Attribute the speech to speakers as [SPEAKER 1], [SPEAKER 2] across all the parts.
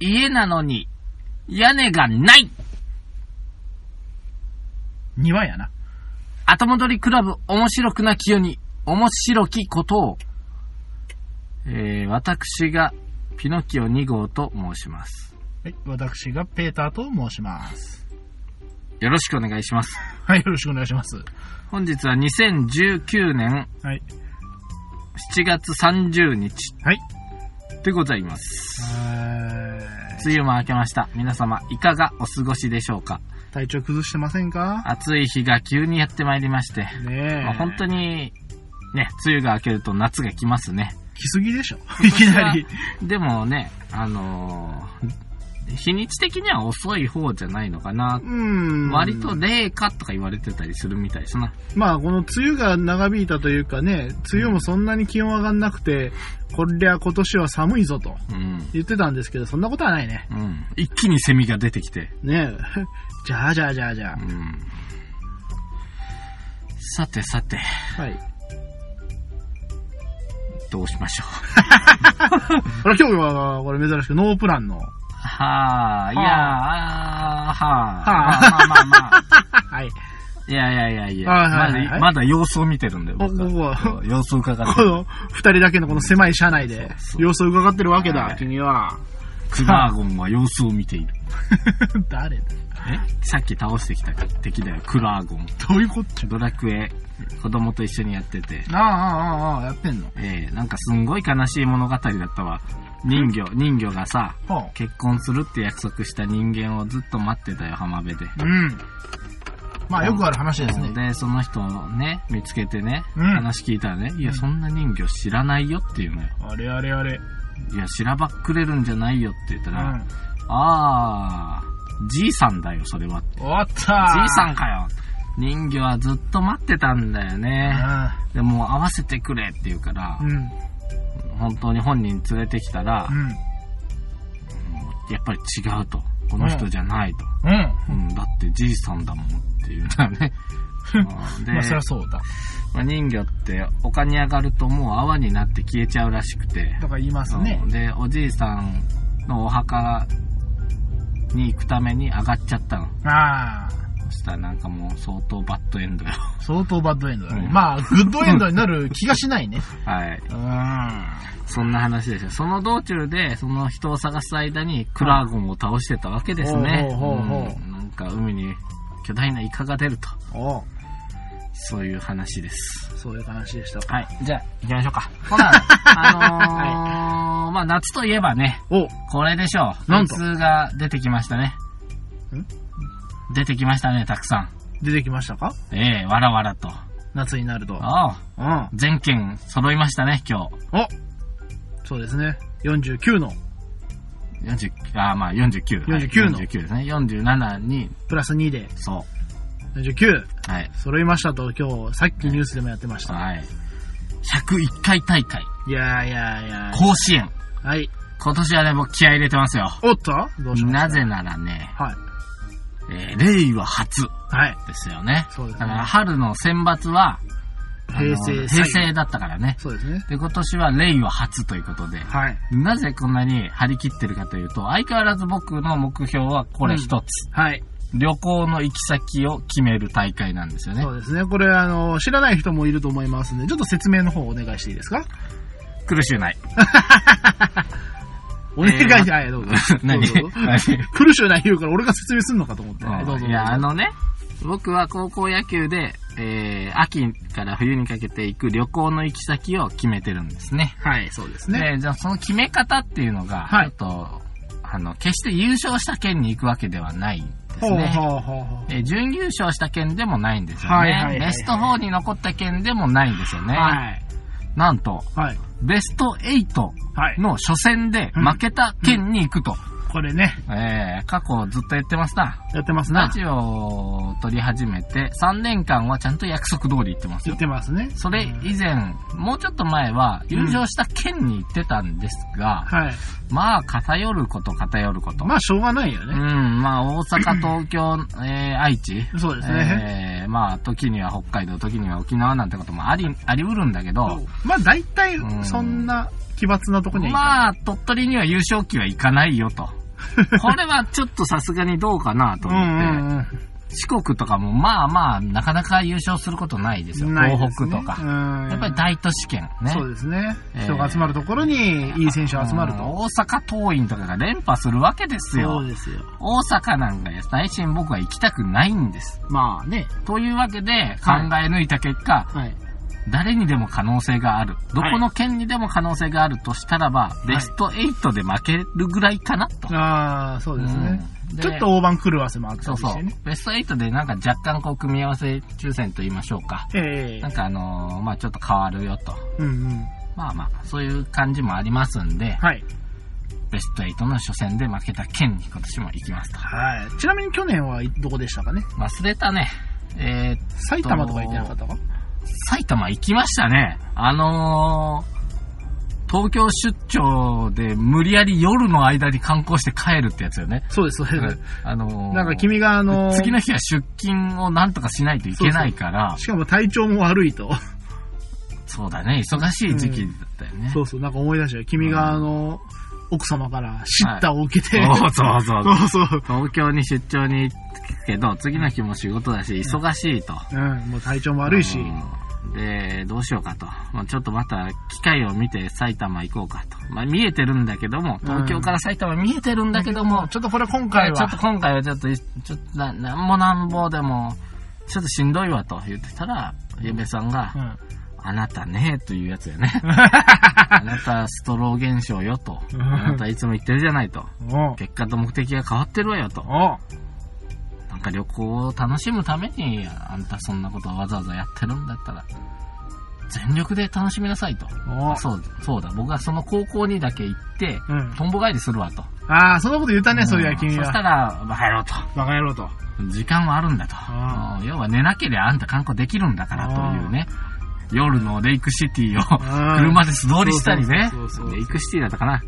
[SPEAKER 1] 家なのに、屋根がない
[SPEAKER 2] 庭やな。
[SPEAKER 1] 後戻りクラブ面白くなきように、面白きことを、えー、私がピノキオ2号と申します。
[SPEAKER 2] はい。私がペーターと申します。
[SPEAKER 1] よろしくお願いします。
[SPEAKER 2] はい。よろしくお願いします。
[SPEAKER 1] 本日は2019年
[SPEAKER 2] はい。
[SPEAKER 1] 7月30日
[SPEAKER 2] はい。
[SPEAKER 1] でございます。
[SPEAKER 2] はーい
[SPEAKER 1] 梅雨も明けました。皆様、いかがお過ごしでしょうか
[SPEAKER 2] 体調崩してませんか
[SPEAKER 1] 暑い日が急にやってまいりまして、
[SPEAKER 2] ねえ。
[SPEAKER 1] まあ本当
[SPEAKER 2] に。
[SPEAKER 1] に、ね、梅雨が明けると夏が来ますね。
[SPEAKER 2] 来すぎで しょ。いきなり。
[SPEAKER 1] でもね、あのー日にち的には遅い方じゃないのかな
[SPEAKER 2] う。ーん。
[SPEAKER 1] 割と冷夏とか言われてたりするみたいですな。
[SPEAKER 2] まあ、この梅雨が長引いたというかね、梅雨もそんなに気温上がんなくて、こりゃ今年は寒いぞと
[SPEAKER 1] うん。
[SPEAKER 2] 言ってたんですけど、そんなことはないね。
[SPEAKER 1] うん。一気にセミが出てきて。
[SPEAKER 2] ねえ。 じゃあじゃあじゃあじゃ
[SPEAKER 1] うん。さてさて、
[SPEAKER 2] あ。はい。
[SPEAKER 1] どうしましょ
[SPEAKER 2] あら、今日は、これ珍しくノープランの。は
[SPEAKER 1] う。はあ、いやー、あーは
[SPEAKER 2] は
[SPEAKER 1] あ、まあまあまあ。
[SPEAKER 2] い。
[SPEAKER 1] いやいやいやいや、
[SPEAKER 2] はいはいはい
[SPEAKER 1] まだ、まだ様子を見てるんだよ、
[SPEAKER 2] お、こ
[SPEAKER 1] 僕は。
[SPEAKER 2] こは、
[SPEAKER 1] そう様子を伺っ
[SPEAKER 2] こ
[SPEAKER 1] て。
[SPEAKER 2] の二人だけのこの狭い車内で
[SPEAKER 1] そうそう
[SPEAKER 2] 様子を伺ってるわけ
[SPEAKER 1] は
[SPEAKER 2] だ
[SPEAKER 1] い、
[SPEAKER 2] 君は。
[SPEAKER 1] クガーゴンは様子を見ている。
[SPEAKER 2] 誰だ
[SPEAKER 1] えさっき倒してきた敵だよ、クラーゴン。
[SPEAKER 2] どういうこと
[SPEAKER 1] ドラクエ、子供と一緒にやってて、
[SPEAKER 2] ああ、ああ、ああ、やってんの。
[SPEAKER 1] えー、なんかすんごい悲しい物語だったわ。人魚、人魚がさ、
[SPEAKER 2] は
[SPEAKER 1] 結婚するって約束した人間をずっと待ってたよ、浜辺で。
[SPEAKER 2] あ。うん。まあ、よくある話ですね。
[SPEAKER 1] で、その人をね、見つけてね、
[SPEAKER 2] うん
[SPEAKER 1] 話聞いたらね、いや、
[SPEAKER 2] うん
[SPEAKER 1] そんな人魚知らないよっていうのよ。
[SPEAKER 2] あれあれあれ。
[SPEAKER 1] いや、知らばっくれるんじゃないよって言った
[SPEAKER 2] う
[SPEAKER 1] ら、
[SPEAKER 2] ん。
[SPEAKER 1] あー、じいさんだよ、それは。
[SPEAKER 2] 終わったじ
[SPEAKER 1] じ
[SPEAKER 2] い
[SPEAKER 1] いさんかよ。人魚はずっと待ってたんだよね。でも、会わせてくれって言うから
[SPEAKER 2] う、ん。うん。
[SPEAKER 1] 本当に本人連れてきたら
[SPEAKER 2] う、ん。
[SPEAKER 1] やっぱり違うと。この人じゃないと。
[SPEAKER 2] う
[SPEAKER 1] う
[SPEAKER 2] ん。
[SPEAKER 1] ん、だってじいさんだもんっていうんだよね。 うんで、
[SPEAKER 2] まあ、そりゃそうだ。
[SPEAKER 1] まあ人魚って丘に上がるともう泡になって消えちゃうらしくて、
[SPEAKER 2] とか言いますね
[SPEAKER 1] うん。で、おじいさんのお墓に行くために上がっちゃったの。
[SPEAKER 2] ああ。
[SPEAKER 1] そしたらなんかもう相当バッドエンド よ。
[SPEAKER 2] 相当バッドエンドだね。
[SPEAKER 1] うん
[SPEAKER 2] まあ、グッドエンドになる気がしないね。
[SPEAKER 1] はい。
[SPEAKER 2] うん。
[SPEAKER 1] そんな話でした。その道中で、その人を探す間に、クラーゴンを倒してたわけですね。
[SPEAKER 2] ほうほうほうほう
[SPEAKER 1] うんなんか海に巨大なイカが出ると。
[SPEAKER 2] おう
[SPEAKER 1] そういう話です。
[SPEAKER 2] そういう話でした。
[SPEAKER 1] はい。じゃあ、行きましょうか。ほら、 あのーまあ夏といえばね、
[SPEAKER 2] お
[SPEAKER 1] これでしょう。
[SPEAKER 2] なんと
[SPEAKER 1] 夏が出てきましたね。出てきましたね、たくさ
[SPEAKER 2] 出てきましたか
[SPEAKER 1] ん。ええわらわらと。
[SPEAKER 2] 夏になると。
[SPEAKER 1] ああ、
[SPEAKER 2] うん。
[SPEAKER 1] 全県揃いましたね、今日。
[SPEAKER 2] おそうですね。49の
[SPEAKER 1] 40、ああ、まあ49。はい
[SPEAKER 2] 49の
[SPEAKER 1] 49ですね。47に、
[SPEAKER 2] プラス2で
[SPEAKER 1] そ
[SPEAKER 2] 49
[SPEAKER 1] う。はい。
[SPEAKER 2] 揃いましたと今日さっきニュースでもやってました。
[SPEAKER 1] はい。101回大会、
[SPEAKER 2] いやいやいや。
[SPEAKER 1] 甲子園。
[SPEAKER 2] はい。
[SPEAKER 1] 今年はね、僕気合い入れてますよ。
[SPEAKER 2] おっとどうしまし
[SPEAKER 1] な
[SPEAKER 2] た
[SPEAKER 1] ぜならね、
[SPEAKER 2] はい。
[SPEAKER 1] えー、令和初
[SPEAKER 2] はい。
[SPEAKER 1] ですよね。
[SPEAKER 2] そうです
[SPEAKER 1] だから
[SPEAKER 2] ね。
[SPEAKER 1] 春の選抜は、あの
[SPEAKER 2] 平成
[SPEAKER 1] 平
[SPEAKER 2] 最後
[SPEAKER 1] 成だったからね。
[SPEAKER 2] そうですね。
[SPEAKER 1] で、今年は令和初ということで、
[SPEAKER 2] はい。
[SPEAKER 1] なぜこんなに張り切ってるかというと、相変わらず僕の目標はこれ一つ。
[SPEAKER 2] はい。
[SPEAKER 1] 旅行の行き先を決める大会なんですよね
[SPEAKER 2] そ。うですね。これ、あの、知らない人もいると思いますんで、ちょっと説明の方お願いしていいですか
[SPEAKER 1] 苦しゅうない。。
[SPEAKER 2] お願いじゃない、どうぞ
[SPEAKER 1] 何
[SPEAKER 2] どうぞ
[SPEAKER 1] 何
[SPEAKER 2] 苦しゅうない言うから俺が説明すんのかと思って。どうぞ。
[SPEAKER 1] いや、あのね、僕は高校野球で、えー、秋から冬にかけて行く旅行の行き先を決めてるんですね。
[SPEAKER 2] はい、そうですね。
[SPEAKER 1] ね、じゃあその決め方っていうのが、
[SPEAKER 2] はい
[SPEAKER 1] ちょっと、あの、決して優勝した県に行くわけではないんです
[SPEAKER 2] ほう
[SPEAKER 1] ね。
[SPEAKER 2] ほうほうほう。
[SPEAKER 1] えー準優勝した県でもないんですよね。
[SPEAKER 2] はいはいはいはい
[SPEAKER 1] ベスト4に残った県でもないんですよね。
[SPEAKER 2] はい。
[SPEAKER 1] なんと、
[SPEAKER 2] はい。
[SPEAKER 1] ベスト8
[SPEAKER 2] はい。
[SPEAKER 1] の初戦で負けた県に行くと。
[SPEAKER 2] これね、
[SPEAKER 1] えー、過去ずっと言ってました。
[SPEAKER 2] やってます
[SPEAKER 1] ラ
[SPEAKER 2] な。
[SPEAKER 1] ジオを撮り始めて、3年間はちゃんと約束通り行ってます
[SPEAKER 2] 言
[SPEAKER 1] よ
[SPEAKER 2] っ。てますね。
[SPEAKER 1] それ以前、もうちょっと前は、優勝した県に行ってたんですが、
[SPEAKER 2] はい。
[SPEAKER 1] まあ、偏ること偏ること。
[SPEAKER 2] まあ、しょうがないよ
[SPEAKER 1] う
[SPEAKER 2] ね。
[SPEAKER 1] ん、まあ、大阪、東京、えー、愛知。
[SPEAKER 2] そうですね。
[SPEAKER 1] えー、まあ、時には北海道、時には沖縄なんてこともあり、ありうるんだけど、
[SPEAKER 2] まあ、大体
[SPEAKER 1] う、ん
[SPEAKER 2] そんな奇抜なとこにはいか
[SPEAKER 1] まあ、鳥取には優勝旗はいかないよと。これはちょっとさすがにどうかなと
[SPEAKER 2] う
[SPEAKER 1] 思
[SPEAKER 2] ん
[SPEAKER 1] って、
[SPEAKER 2] うん
[SPEAKER 1] 四国とかもまあまあ、なかなか優勝することないです
[SPEAKER 2] う
[SPEAKER 1] よ。
[SPEAKER 2] ん。ないです
[SPEAKER 1] 東
[SPEAKER 2] ね
[SPEAKER 1] 北とか。
[SPEAKER 2] うん
[SPEAKER 1] やっぱり大都市圏ね。
[SPEAKER 2] そうですね
[SPEAKER 1] えー。
[SPEAKER 2] 人が集まるところに、いい選手が集まる
[SPEAKER 1] うん
[SPEAKER 2] と。
[SPEAKER 1] 大阪桐蔭とかが連覇するわけです
[SPEAKER 2] そ
[SPEAKER 1] よ。
[SPEAKER 2] うですよ。
[SPEAKER 1] 大阪なんか最新僕は行きたくないんです。
[SPEAKER 2] まあね。
[SPEAKER 1] というわけで、考え抜いた結果、
[SPEAKER 2] はい。
[SPEAKER 1] 誰にでも可能性がある。どこの県にでも可能性があるとしたらば、
[SPEAKER 2] い
[SPEAKER 1] ベスト8で負けるぐらいかなと。
[SPEAKER 2] ああ、そうですね。
[SPEAKER 1] うんで
[SPEAKER 2] ちょっと大盤狂わせもあった
[SPEAKER 1] そう
[SPEAKER 2] り
[SPEAKER 1] そ
[SPEAKER 2] し
[SPEAKER 1] う
[SPEAKER 2] てね。。
[SPEAKER 1] ベスト8でなんか若干こう組み合わせ抽選と言いましょうか。
[SPEAKER 2] ええ
[SPEAKER 1] なんかあのーまあちょっと変わるよと。
[SPEAKER 2] うんうん。
[SPEAKER 1] まあまあ、そういう感じもありますんで、
[SPEAKER 2] はい。
[SPEAKER 1] ベスト8の初戦で負けた県に今年も行きますと。
[SPEAKER 2] はい。ちなみに去年はいどこでしたかね
[SPEAKER 1] 忘れたね。えー、
[SPEAKER 2] 埼玉とか行ってなかったか
[SPEAKER 1] 埼玉行きましたね。あのー、東京出張で無理やり夜の間に観光して帰るってやつよ ね。
[SPEAKER 2] そうです、そうで
[SPEAKER 1] う
[SPEAKER 2] す
[SPEAKER 1] ん。あのー
[SPEAKER 2] なんか君があのー、
[SPEAKER 1] 次の日は出勤をなんとかしないといけないから、
[SPEAKER 2] しかも体調も悪 いと。
[SPEAKER 1] そうだね、忙しい時期だったよね。
[SPEAKER 2] そうそう、なんか思い出したよ。君があの、奥様から叱咤を受けて、
[SPEAKER 1] そうそうそう
[SPEAKER 2] そうそう。
[SPEAKER 1] 東京に出張に行くけど、次の日も仕事だし、忙しいと。
[SPEAKER 2] うん、もう体調も悪いし、
[SPEAKER 1] うんで、どうしようかと。まあ、ちょっとまた機会を見て埼玉行こうかと。まあ、見えてるんだけども、東京から埼玉見えてるんだけども、
[SPEAKER 2] ちょっとこれ今
[SPEAKER 1] 今回
[SPEAKER 2] 回
[SPEAKER 1] は
[SPEAKER 2] は、
[SPEAKER 1] ちょっと今回はちょっとい、ちょっとな、なんもなんぼでも、ちょっとしんどいわと言ってたら、ゆべさんが、あなたね、というやつや ね。あなたストロー現象よと。
[SPEAKER 2] うん
[SPEAKER 1] あなたいつも言ってるじゃないと。
[SPEAKER 2] うん。おう
[SPEAKER 1] 結果と目的が変わってるわよと。
[SPEAKER 2] おう
[SPEAKER 1] なんか旅行を楽しむために、あんたそんなことをわざわざやってるんだったら、全力で楽しみなさいと。
[SPEAKER 2] おう
[SPEAKER 1] そう、そうだ。僕はその高校にだけ行って、
[SPEAKER 2] うん。
[SPEAKER 1] トンボ返りするわと。
[SPEAKER 2] ああ、そんなこと言ったね、そういや、
[SPEAKER 1] ん
[SPEAKER 2] 君
[SPEAKER 1] そした
[SPEAKER 2] は。
[SPEAKER 1] ら、バカ野郎と。
[SPEAKER 2] バカ野郎と。
[SPEAKER 1] 時間はあるんだと
[SPEAKER 2] あ。
[SPEAKER 1] 要は寝なければあんた観光できるんだからというね。夜のレイクシティを
[SPEAKER 2] あー
[SPEAKER 1] 車で素通りしたりね
[SPEAKER 2] そうそうそうそう。
[SPEAKER 1] レイクシティだったかな。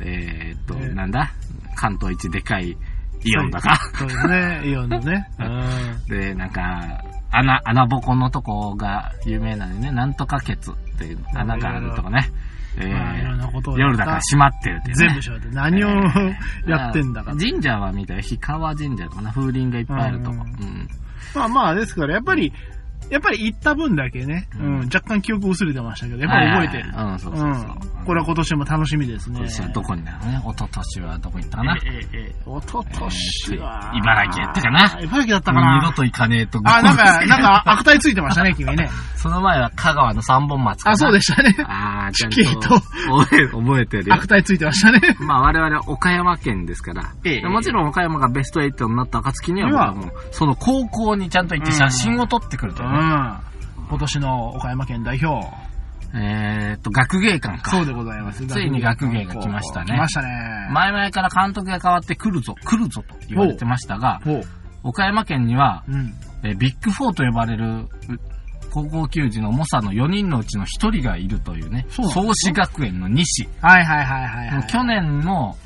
[SPEAKER 1] えーっと、
[SPEAKER 2] ね
[SPEAKER 1] なんだ関東一でかいイオンだか。
[SPEAKER 2] そうですね、イオン のね。うん。
[SPEAKER 1] で、なんか、穴、穴ぼこのとこが有名なんでね、なんとかケツっていう穴があるとかね。え
[SPEAKER 2] まあいろ
[SPEAKER 1] ー
[SPEAKER 2] んなことをやっ
[SPEAKER 1] 夜
[SPEAKER 2] た
[SPEAKER 1] だから閉まってるっていうね。
[SPEAKER 2] 全部しようって。何を やってんだから。
[SPEAKER 1] 神社は見たよ。氷川神社とかな。風鈴がいっぱいあるとこ。
[SPEAKER 2] うん
[SPEAKER 1] うん
[SPEAKER 2] まあまあ、ですから、やっぱり、やっぱり行った分だけね、
[SPEAKER 1] う
[SPEAKER 2] うんん、若干記憶薄れてましたけど、やっぱり覚えてる。
[SPEAKER 1] はいはいはいうん、そう
[SPEAKER 2] う
[SPEAKER 1] そうそう。
[SPEAKER 2] ん。これは今年も楽しみですね。
[SPEAKER 1] 今年はどこになるのね。一昨年はどこ行ったかな。
[SPEAKER 2] ええ、ええ、おととしは
[SPEAKER 1] えー。茨城やったかな
[SPEAKER 2] 茨城だった
[SPEAKER 1] も
[SPEAKER 2] か
[SPEAKER 1] う二度
[SPEAKER 2] な。
[SPEAKER 1] と行かねえと。
[SPEAKER 2] あ、なんか、なんか 悪態ついてましたね、君ね。
[SPEAKER 1] その前は香川の三本松かな
[SPEAKER 2] あ、そうでしたね。
[SPEAKER 1] ああ、ちゃん
[SPEAKER 2] 地形
[SPEAKER 1] と
[SPEAKER 2] と
[SPEAKER 1] 覚え覚えてるよ。
[SPEAKER 2] 悪態ついてましたね。
[SPEAKER 1] まあ我々は岡山県ですから、
[SPEAKER 2] ええ
[SPEAKER 1] もちろん岡山がベスト8になった暁には、
[SPEAKER 2] い
[SPEAKER 1] 僕
[SPEAKER 2] や
[SPEAKER 1] はもう、その高校にちゃんと行って写真を撮ってくる
[SPEAKER 2] う
[SPEAKER 1] と
[SPEAKER 2] ん
[SPEAKER 1] いうね。。
[SPEAKER 2] 今年の岡山県代表。
[SPEAKER 1] えーっと、学芸館か。
[SPEAKER 2] そうでございます。
[SPEAKER 1] ついに学芸が来ましたね
[SPEAKER 2] 来ましたね。
[SPEAKER 1] 前々から監督が変わって来るぞ、来るぞと言われてましたが、
[SPEAKER 2] ほう。
[SPEAKER 1] 岡山県には、
[SPEAKER 2] うん。
[SPEAKER 1] えービッグフォーと呼ばれるう高校球児の猛者の4人のうちの1人がいるというね、
[SPEAKER 2] そうな
[SPEAKER 1] 創志学園の西。
[SPEAKER 2] はいはいはいはい
[SPEAKER 1] も
[SPEAKER 2] は
[SPEAKER 1] う
[SPEAKER 2] い。
[SPEAKER 1] 去年の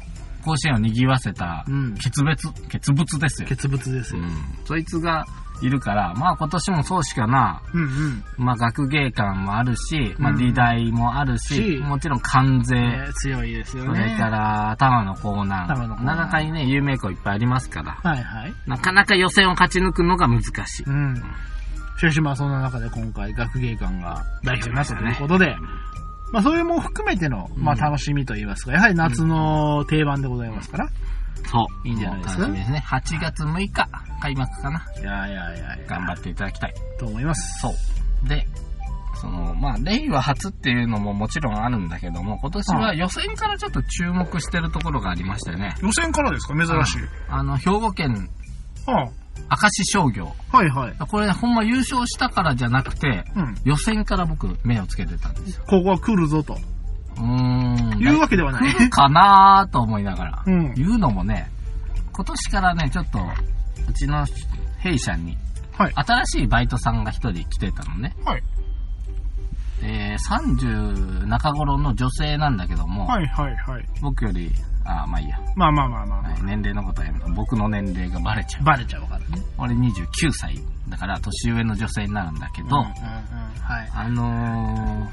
[SPEAKER 1] 甲子園を賑わせた
[SPEAKER 2] うん
[SPEAKER 1] 決別、決物ですよ。
[SPEAKER 2] 欠物です
[SPEAKER 1] う
[SPEAKER 2] よ。
[SPEAKER 1] ん。そいつがいるから、まあ今年もそうしかな、
[SPEAKER 2] うんうん。
[SPEAKER 1] まあ学芸館もあるし、まあ
[SPEAKER 2] うん
[SPEAKER 1] 理大もあるし、
[SPEAKER 2] し
[SPEAKER 1] もちろん関税、
[SPEAKER 2] ね強いですよ
[SPEAKER 1] そ
[SPEAKER 2] ね。
[SPEAKER 1] れから頭のコーナー。
[SPEAKER 2] 頭のコーナ
[SPEAKER 1] な
[SPEAKER 2] ー
[SPEAKER 1] かなかにね、有名校いっぱいありますから、
[SPEAKER 2] はいはい。
[SPEAKER 1] なかなか予選を勝ち抜くのが難しい。
[SPEAKER 2] うん。しかしまあそんな中で今回学芸館が代表になったということで、まあそういうも含めての、まあ
[SPEAKER 1] うん
[SPEAKER 2] 楽しみといいますか、やはり夏の定番でございますから。
[SPEAKER 1] そう。
[SPEAKER 2] いいんじゃないですか
[SPEAKER 1] 楽しみですね。8月6日、開幕かな。
[SPEAKER 2] いやいやいやいや
[SPEAKER 1] 頑張っていただきたい。
[SPEAKER 2] と思います。
[SPEAKER 1] そう。で、その、まあ、令和初っていうのももちろんあるんだけども、今年は予選からちょっと注目してるところがありましたよね。
[SPEAKER 2] 予選からですか珍
[SPEAKER 1] しい。あの、兵庫県
[SPEAKER 2] は
[SPEAKER 1] 明石商業。
[SPEAKER 2] あ、はいはい。
[SPEAKER 1] これね、ほんま優勝したからじゃなくて、
[SPEAKER 2] うん。
[SPEAKER 1] 予選から僕目をつけてたんですよ。
[SPEAKER 2] ここは来るぞと。
[SPEAKER 1] うーん。
[SPEAKER 2] いうわけではない
[SPEAKER 1] 来。るかなーと思いながら。
[SPEAKER 2] うん。
[SPEAKER 1] 言うのもね、今年からね、ちょっと、うちの弊社に、
[SPEAKER 2] はい。
[SPEAKER 1] 新しいバイトさんが一人来てたのね。
[SPEAKER 2] はい。
[SPEAKER 1] えー、30中頃の女性なんだけども、
[SPEAKER 2] いはいはい。
[SPEAKER 1] 僕より、あーまあいいや、
[SPEAKER 2] まあまあまあまあまあ
[SPEAKER 1] はい年齢のことはやめた僕の年齢がバレちゃう。
[SPEAKER 2] バレちゃうからね。
[SPEAKER 1] 俺29歳だから年上の女性になるんだけど、
[SPEAKER 2] うんうんうん。はい。
[SPEAKER 1] あのー、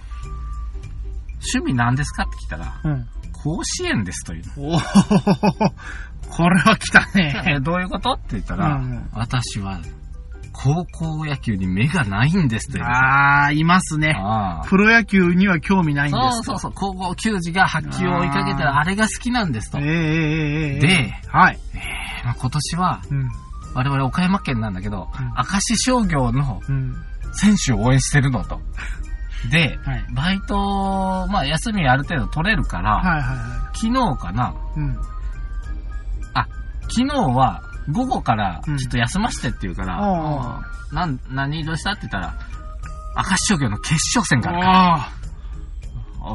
[SPEAKER 1] 趣味何ですかって聞いたら、
[SPEAKER 2] うん。
[SPEAKER 1] コ甲子園ですという。
[SPEAKER 2] おおこれは来たね。
[SPEAKER 1] え、 どういうことって言ったら、
[SPEAKER 2] うんうん
[SPEAKER 1] 私は、高校野球に目がないんですという。
[SPEAKER 2] あー、いますね。
[SPEAKER 1] ああ
[SPEAKER 2] プロ野球には興味ないんで
[SPEAKER 1] そう
[SPEAKER 2] す
[SPEAKER 1] そ
[SPEAKER 2] と。
[SPEAKER 1] うそう、高校球児が発球を追いかけてる
[SPEAKER 2] あー
[SPEAKER 1] あれが好きなんですと。
[SPEAKER 2] ええ
[SPEAKER 1] で、
[SPEAKER 2] ええええええはい。
[SPEAKER 1] まあ今年は、
[SPEAKER 2] うん。
[SPEAKER 1] 我々岡山県なんだけど、
[SPEAKER 2] うん
[SPEAKER 1] 明石商業の
[SPEAKER 2] うん。
[SPEAKER 1] 選手を応援してるのと。で、
[SPEAKER 2] はい。
[SPEAKER 1] バイト、まあ休みある程度取れるから、
[SPEAKER 2] はいはいは
[SPEAKER 1] 昨日かな、
[SPEAKER 2] い。うん。
[SPEAKER 1] 昨日は午後からち
[SPEAKER 2] う
[SPEAKER 1] ょ
[SPEAKER 2] ん
[SPEAKER 1] っと休ませてって言うから、
[SPEAKER 2] あ
[SPEAKER 1] なん何色したって言ったら、明石商業の決勝戦が
[SPEAKER 2] あ。
[SPEAKER 1] あるから、
[SPEAKER 2] ああ。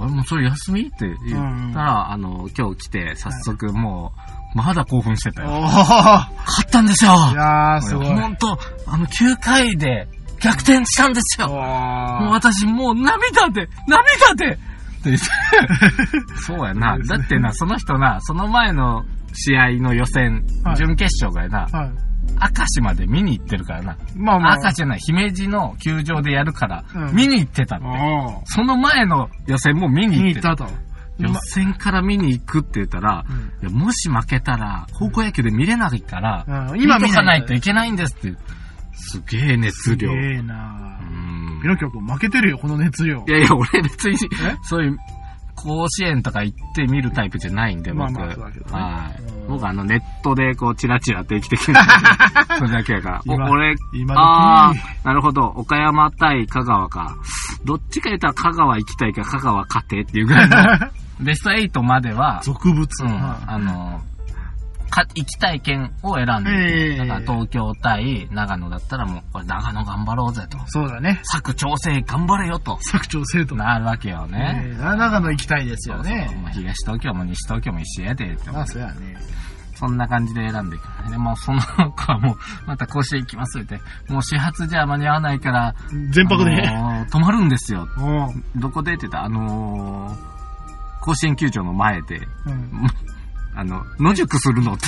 [SPEAKER 1] あもうそれ休みって言
[SPEAKER 2] うんう
[SPEAKER 1] っ
[SPEAKER 2] ん
[SPEAKER 1] たら、あの、今日来て早速もう、まだ興奮してたよ。
[SPEAKER 2] お
[SPEAKER 1] 勝ったんですよ
[SPEAKER 2] おいやー、すごい。
[SPEAKER 1] 本当あの、9回で逆転したんですよもう
[SPEAKER 2] おー
[SPEAKER 1] 私もう涙で、涙でって言 って。そうやな。だってな、その人な、その前の試合の予選、
[SPEAKER 2] はい
[SPEAKER 1] 準決勝がやな、
[SPEAKER 2] はい。
[SPEAKER 1] 明石まで見に行ってるからな。
[SPEAKER 2] まあまあ。
[SPEAKER 1] 明石じゃない、姫路の球場でやるから、
[SPEAKER 2] うん
[SPEAKER 1] 見に行ってたって。
[SPEAKER 2] おー
[SPEAKER 1] その前の予選も見に
[SPEAKER 2] 見に
[SPEAKER 1] 行っ
[SPEAKER 2] 行
[SPEAKER 1] て。
[SPEAKER 2] ったたと。
[SPEAKER 1] 予
[SPEAKER 2] ま
[SPEAKER 1] 選から見に行くって言ったら、いやもし負けたら、高校野球で見れないから、
[SPEAKER 2] うん
[SPEAKER 1] 今
[SPEAKER 2] 今
[SPEAKER 1] 見
[SPEAKER 2] 見
[SPEAKER 1] とかな
[SPEAKER 2] ないい
[SPEAKER 1] と
[SPEAKER 2] と
[SPEAKER 1] いけないんですって。すげえ熱量。
[SPEAKER 2] ええ
[SPEAKER 1] う
[SPEAKER 2] なぁ。
[SPEAKER 1] ん
[SPEAKER 2] ピノキオ君負けてるよ、この熱量
[SPEAKER 1] い。やいや、俺別に
[SPEAKER 2] え、
[SPEAKER 1] そういう、甲子園とか行って見るタイプじゃないんで、僕。
[SPEAKER 2] まあまあそうだけどね
[SPEAKER 1] はい
[SPEAKER 2] うん
[SPEAKER 1] 僕あの、ネットでこう、チラチラって生きてき てるんでそれだけやから。お
[SPEAKER 2] 今
[SPEAKER 1] 俺、
[SPEAKER 2] 今
[SPEAKER 1] ああ
[SPEAKER 2] 時、
[SPEAKER 1] なるほど。岡山対香川か。どっちか言ったら香川行きたいか、香川勝てっていうぐらいの、 ベスト8までは、
[SPEAKER 2] 俗物。
[SPEAKER 1] うん、
[SPEAKER 2] は
[SPEAKER 1] あの、か行きたい県を選んで、
[SPEAKER 2] ええ
[SPEAKER 1] だから東京対長野だったらもう、これ長野頑張ろうぜと。
[SPEAKER 2] いそうだね。
[SPEAKER 1] 佐久調整頑張れよと。
[SPEAKER 2] 作長生徒。
[SPEAKER 1] なるわけよね。
[SPEAKER 2] ええ長野行きたいです
[SPEAKER 1] そう
[SPEAKER 2] よ
[SPEAKER 1] そう
[SPEAKER 2] ね。
[SPEAKER 1] まあ、東東京も西東京も一緒やでって思
[SPEAKER 2] ま
[SPEAKER 1] う
[SPEAKER 2] あ、そうやね。
[SPEAKER 1] そんな感じで選んでいくからね。もうその子はもう、また甲子園行きますって。もう始発じゃ間に合わないから、
[SPEAKER 2] 全泊で。
[SPEAKER 1] あのー泊まるんですよ。
[SPEAKER 2] おー
[SPEAKER 1] どこでって言ったら、あのー甲子園球場の前で、
[SPEAKER 2] うん
[SPEAKER 1] あの、野宿するのって。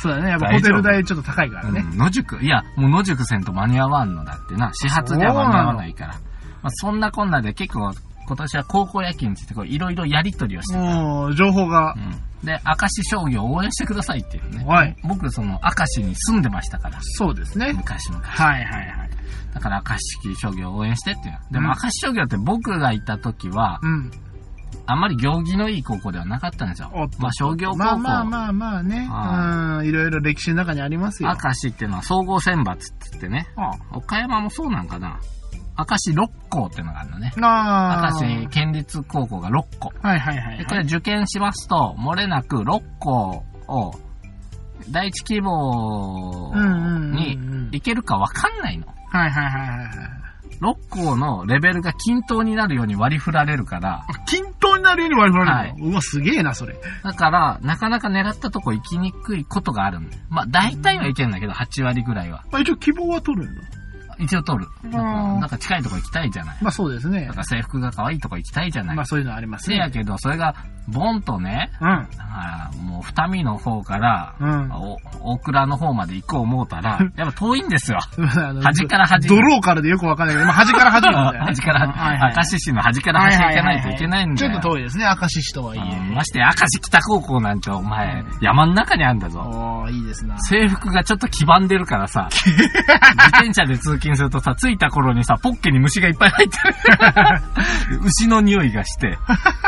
[SPEAKER 2] そうだね。やっぱホテル代ちょっと高いからね。
[SPEAKER 1] うん野宿いや、もう野宿せんと間に合わんのだってな。始発じゃ間に合わないから。まあ、そんなこんなで結構、今年は高校野球についてこういろいろやりとりをして、
[SPEAKER 2] もう、情報が
[SPEAKER 1] う。ん、で、明石商業を応援してくださいっていうね。
[SPEAKER 2] はい。
[SPEAKER 1] 僕、その、明石に住んでましたから、
[SPEAKER 2] そうですね。
[SPEAKER 1] 昔々。
[SPEAKER 2] はいはいはい。
[SPEAKER 1] だから、明石商業を応援してっていう。で
[SPEAKER 2] う
[SPEAKER 1] も、
[SPEAKER 2] ん
[SPEAKER 1] 明石商業って僕がいた時は、
[SPEAKER 2] うん。
[SPEAKER 1] あんまり行儀のいい高校ではなかったんですよ
[SPEAKER 2] おっと。
[SPEAKER 1] まあ、商業高校。
[SPEAKER 2] まあまあまあまあね。
[SPEAKER 1] は
[SPEAKER 2] うん。いろいろ歴史の中にありますよ。
[SPEAKER 1] 明石っていうのは総合選抜って言ってね、
[SPEAKER 2] あ
[SPEAKER 1] 岡山もそうなんかな。明石六校っていうのがあるのね。明
[SPEAKER 2] あー。
[SPEAKER 1] 石県立高校が6校。
[SPEAKER 2] はいはいはい
[SPEAKER 1] で、
[SPEAKER 2] はい。
[SPEAKER 1] これ受験しますと、漏れなく6校を、第一希望に
[SPEAKER 2] うんうんうんうん
[SPEAKER 1] 行けるかわかんないの。
[SPEAKER 2] はいはいはいはいはい。
[SPEAKER 1] 6校のレベルが均等になるように割り振られるから、
[SPEAKER 2] あ均等になるように割り振られるの、うわ、すげえな、それ。
[SPEAKER 1] だから、なかなか狙ったとこ行きにくいことがあるんだよ。まあ、大体はいけるんだけど、8割ぐらいは。
[SPEAKER 2] まあ一応希望は取るんだ。
[SPEAKER 1] 一応取る。だから
[SPEAKER 2] うん
[SPEAKER 1] なんか近いとこ行きたいじゃない。
[SPEAKER 2] まあそうですね
[SPEAKER 1] だか。ら制服が可愛いとこ行きたいじゃない。
[SPEAKER 2] まあそういうのはあります
[SPEAKER 1] せや
[SPEAKER 2] ね。
[SPEAKER 1] けど、それが、ボンとね、
[SPEAKER 2] うん。
[SPEAKER 1] あーもう二見の方から、
[SPEAKER 2] うん。
[SPEAKER 1] お大倉の方まで行こう思うたら、やっぱ遠いんですよ。
[SPEAKER 2] あの
[SPEAKER 1] 端から端
[SPEAKER 2] ドローからでよくわかんないけど、まあ端から端なんだよ ね。
[SPEAKER 1] 端から、
[SPEAKER 2] はいはい
[SPEAKER 1] 明石市の端から端行かないといけないんだよ。
[SPEAKER 2] ちょっと遠いですね、明石市とはい
[SPEAKER 1] うん
[SPEAKER 2] え。
[SPEAKER 1] まして、明石北高校なんてお前、山の中にあんだぞ。
[SPEAKER 2] おー、いいですな。
[SPEAKER 1] 制服がちょっと黄ばんでるから さ、自転車で通勤するとさ、着いた頃にさ、ポッケに虫がいっぱい入 ってる。牛の匂いがして、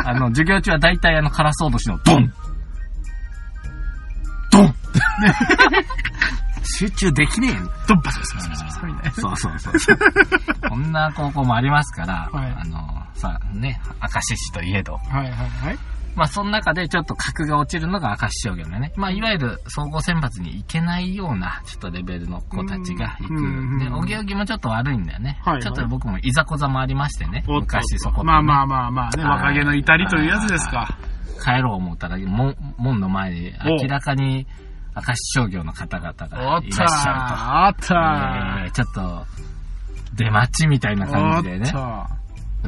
[SPEAKER 1] あの、授業中は大体あの、カラス落としのドンドン集中できねえよ。
[SPEAKER 2] ドンバスバスバスバスバスみたいな。
[SPEAKER 1] そうそうそうそう。こんな高校もありますから、
[SPEAKER 2] はい
[SPEAKER 1] あの、さ、ね、明石市といえど。
[SPEAKER 2] はいはいはい。
[SPEAKER 1] まあ、その中でちょっと格が落ちるのが明石商業だね。まあ、いわゆる総合選抜に行けないような、ちょっとレベルの子たちが行
[SPEAKER 2] うんうんう
[SPEAKER 1] く。
[SPEAKER 2] ん
[SPEAKER 1] で、おぎおぎもちょっと悪いんだよね。
[SPEAKER 2] はいはい
[SPEAKER 1] ちょっと僕もいざこざもありましてね。
[SPEAKER 2] おっと
[SPEAKER 1] 昔そこで、ね。
[SPEAKER 2] まあまあまあまあね、
[SPEAKER 1] はい
[SPEAKER 2] 若気の至りというやつですか。
[SPEAKER 1] 帰ろう思ったら、門門の前に明らかに明石商業の方々がい
[SPEAKER 2] お
[SPEAKER 1] ら
[SPEAKER 2] っ
[SPEAKER 1] っし
[SPEAKER 2] と
[SPEAKER 1] ゃ
[SPEAKER 2] ー
[SPEAKER 1] ると。
[SPEAKER 2] あった
[SPEAKER 1] えーちょっと、出待ちみたいな
[SPEAKER 2] ーお
[SPEAKER 1] 感
[SPEAKER 2] っ
[SPEAKER 1] じでね
[SPEAKER 2] と。ー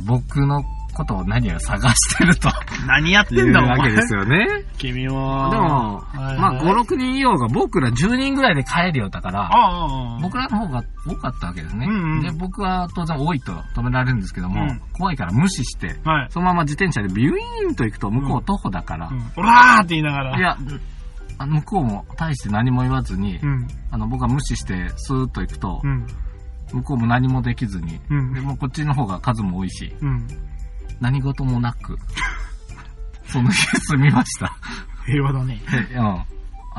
[SPEAKER 1] 僕のことを何やら探してる と
[SPEAKER 2] 何やって
[SPEAKER 1] い
[SPEAKER 2] ん
[SPEAKER 1] う
[SPEAKER 2] だ、お前
[SPEAKER 1] わ。けですよね。
[SPEAKER 2] 君
[SPEAKER 1] で
[SPEAKER 2] は。
[SPEAKER 1] も、
[SPEAKER 2] はい
[SPEAKER 1] まあ5、6人いようが僕ら10人ぐらいで帰るよだから、
[SPEAKER 2] ああ、
[SPEAKER 1] 僕らの方が多かったわけですね。
[SPEAKER 2] うんうん
[SPEAKER 1] で、僕は当然多いと止められるんですけども、
[SPEAKER 2] うん
[SPEAKER 1] 怖いから無視して、
[SPEAKER 2] はい。
[SPEAKER 1] そのまま自転車でビューイーンと行くと向こう徒歩だから、
[SPEAKER 2] うんおらーって言いながら。
[SPEAKER 1] いや、あ向こうも大して何も言わずに、
[SPEAKER 2] うん。
[SPEAKER 1] あの僕は無視してスーッと行くと
[SPEAKER 2] う、ん。
[SPEAKER 1] 向こうも何もできずに、
[SPEAKER 2] うん
[SPEAKER 1] でもうこっちの方が数も多いし、
[SPEAKER 2] うん。
[SPEAKER 1] 何事もなく、 その日 済みました。
[SPEAKER 2] 平和だね。
[SPEAKER 1] うん。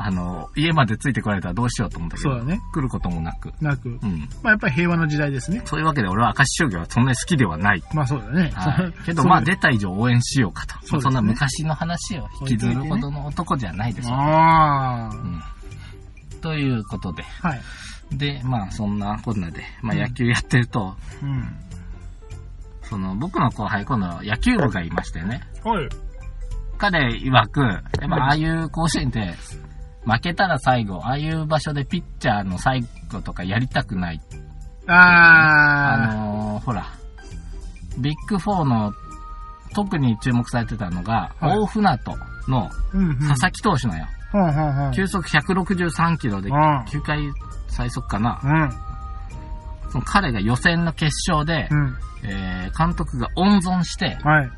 [SPEAKER 1] あの、家までついてこられたらどうしようと思ったけ
[SPEAKER 2] そう
[SPEAKER 1] ど、
[SPEAKER 2] だね。
[SPEAKER 1] 来ることもなく。
[SPEAKER 2] なく。
[SPEAKER 1] うん。
[SPEAKER 2] まあ、やっぱり平和な時代ですね。
[SPEAKER 1] そういうわけで俺は明石商業はそんなに好きではない。
[SPEAKER 2] まあ、そうだね。、
[SPEAKER 1] はい けどまあ
[SPEAKER 2] そうだ
[SPEAKER 1] 出
[SPEAKER 2] ね
[SPEAKER 1] た以上応援しようかと。まあそ,、
[SPEAKER 2] そうですね
[SPEAKER 1] んな昔の話を引きずるほどの男じゃないですよ、
[SPEAKER 2] あ
[SPEAKER 1] うん。ということで。
[SPEAKER 2] あ。はい。
[SPEAKER 1] で、まあそんなこんなで、まあ
[SPEAKER 2] うん
[SPEAKER 1] 野球やってると、
[SPEAKER 2] うん。
[SPEAKER 1] その僕の後輩、今度野球部がいましてね。
[SPEAKER 2] はい。
[SPEAKER 1] 彼曰く、やっぱああいう甲子園って、負けたら最後、ああいう場所でピッチャーの最後とかやりたくない。あ
[SPEAKER 2] ああ。
[SPEAKER 1] のー、ほら、ビッグフォーの特に注目されてたのが、
[SPEAKER 2] はい
[SPEAKER 1] 大船渡の
[SPEAKER 2] うん、うん。
[SPEAKER 1] 佐々木投手なんよ。
[SPEAKER 2] ほんほんほん。
[SPEAKER 1] 球速163キロで、
[SPEAKER 2] うん
[SPEAKER 1] 9回最速かな。
[SPEAKER 2] うん。
[SPEAKER 1] その彼が予選の決勝で
[SPEAKER 2] う、ん。
[SPEAKER 1] えー監督が温存して
[SPEAKER 2] はい。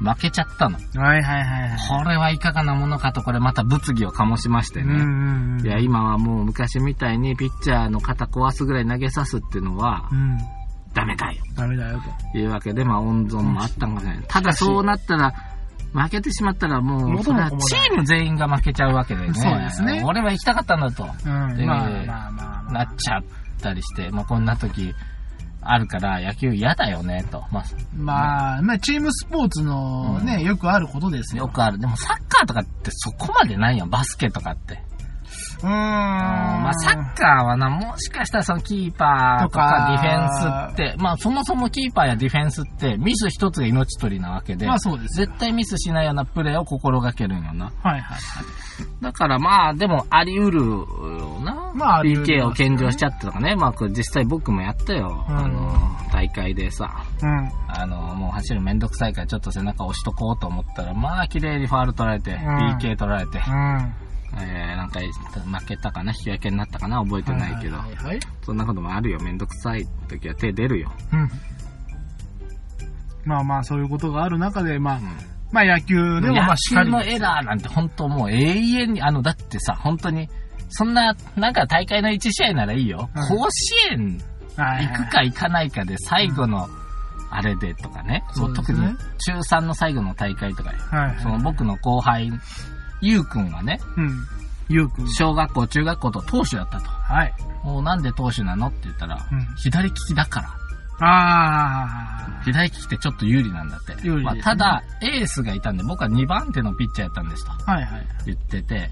[SPEAKER 1] 負けちゃったの。
[SPEAKER 2] はいはいはいはい。
[SPEAKER 1] これはいかがなものかと、これまた物議を醸しまして
[SPEAKER 2] うん
[SPEAKER 1] ね。
[SPEAKER 2] うんうん。
[SPEAKER 1] いや、今はもう昔みたいにピッチャーの肩壊すぐらい投げさすっていうのは
[SPEAKER 2] う、ん。
[SPEAKER 1] ダメだよ。
[SPEAKER 2] ダメだよと。
[SPEAKER 1] いうわけで、まあ温存もあったんかもしれない。ただそうなったら、負けてしまったらもう、そ
[SPEAKER 2] 元
[SPEAKER 1] れ
[SPEAKER 2] も
[SPEAKER 1] は
[SPEAKER 2] 子も
[SPEAKER 1] チ
[SPEAKER 2] ない
[SPEAKER 1] ーム全員が負けちゃうわけでね。
[SPEAKER 2] そうですね
[SPEAKER 1] 俺は行きたかったんだと、
[SPEAKER 2] うん。
[SPEAKER 1] で
[SPEAKER 2] まあまあまあま
[SPEAKER 1] な
[SPEAKER 2] あ。
[SPEAKER 1] っちゃったりして、まあこんな時、あるから野球嫌だよね、と。まあ、
[SPEAKER 2] まあ、まあ、チームスポーツのね、よくあることです
[SPEAKER 1] よ
[SPEAKER 2] よ。
[SPEAKER 1] くある。でもサッカーとかってそこまでないよ、バスケとかって。
[SPEAKER 2] うーん。ま
[SPEAKER 1] まあ、サッカーはな、もしかしたらそのキーパーとかディフェンスって、まあ、そもそもキーパーやディフェンスって、ミス一つが命取りなわけで、
[SPEAKER 2] まあそうですよ。
[SPEAKER 1] 絶対ミスしないようなプレーを心がけるんよな。
[SPEAKER 2] はいはいはい。
[SPEAKER 1] だからまあ、でもあり得るよな。
[SPEAKER 2] まああり得る
[SPEAKER 1] PK を献上しちゃったとかね。まあ、これ実際僕もやったよ。
[SPEAKER 2] うん
[SPEAKER 1] あの、大会でさ、
[SPEAKER 2] うん。
[SPEAKER 1] あの、もう走るめんどくさいからちょっと背中押しとこうと思ったら、まあ、綺麗にファール取られて、
[SPEAKER 2] ん
[SPEAKER 1] PK 取られて、
[SPEAKER 2] うん。
[SPEAKER 1] えー、なんか負けたかな、引き分けになったかな、覚えてないけど。
[SPEAKER 2] はいはいはい。
[SPEAKER 1] そんなこともあるよ。めんどくさい時は手出るよ。
[SPEAKER 2] うん。まあまあ、そういうことがある中で、まあ、
[SPEAKER 1] ん
[SPEAKER 2] まあ野球で
[SPEAKER 1] でも、
[SPEAKER 2] もま
[SPEAKER 1] 野
[SPEAKER 2] あし
[SPEAKER 1] 球
[SPEAKER 2] っかり。
[SPEAKER 1] のエラーなんて本当もう永遠に、あの、だってさ、本当に、そんな、なんか大会の1試合ならいいよ。
[SPEAKER 2] うん
[SPEAKER 1] 甲子園
[SPEAKER 2] はいは
[SPEAKER 1] 行
[SPEAKER 2] い
[SPEAKER 1] くか行かないかで最後の、あれでとかね。
[SPEAKER 2] そうです
[SPEAKER 1] 特
[SPEAKER 2] ね
[SPEAKER 1] に中3の最後の大会とかよ、
[SPEAKER 2] はいはい。
[SPEAKER 1] その僕の後輩、ゆうくんはね、
[SPEAKER 2] うん。ゆうくん。
[SPEAKER 1] 小学校、中学校と投手だったと。
[SPEAKER 2] はい。
[SPEAKER 1] もうなんで投手なのって言ったら、
[SPEAKER 2] うん
[SPEAKER 1] 左利きだから。
[SPEAKER 2] あ
[SPEAKER 1] 左利きってちょっと有利なんだって。
[SPEAKER 2] 有利ですね
[SPEAKER 1] まあ、ただ、エースがいたんで、僕は2番手のピッチャーやったんですと
[SPEAKER 2] あ。はいはい。
[SPEAKER 1] 言ってて、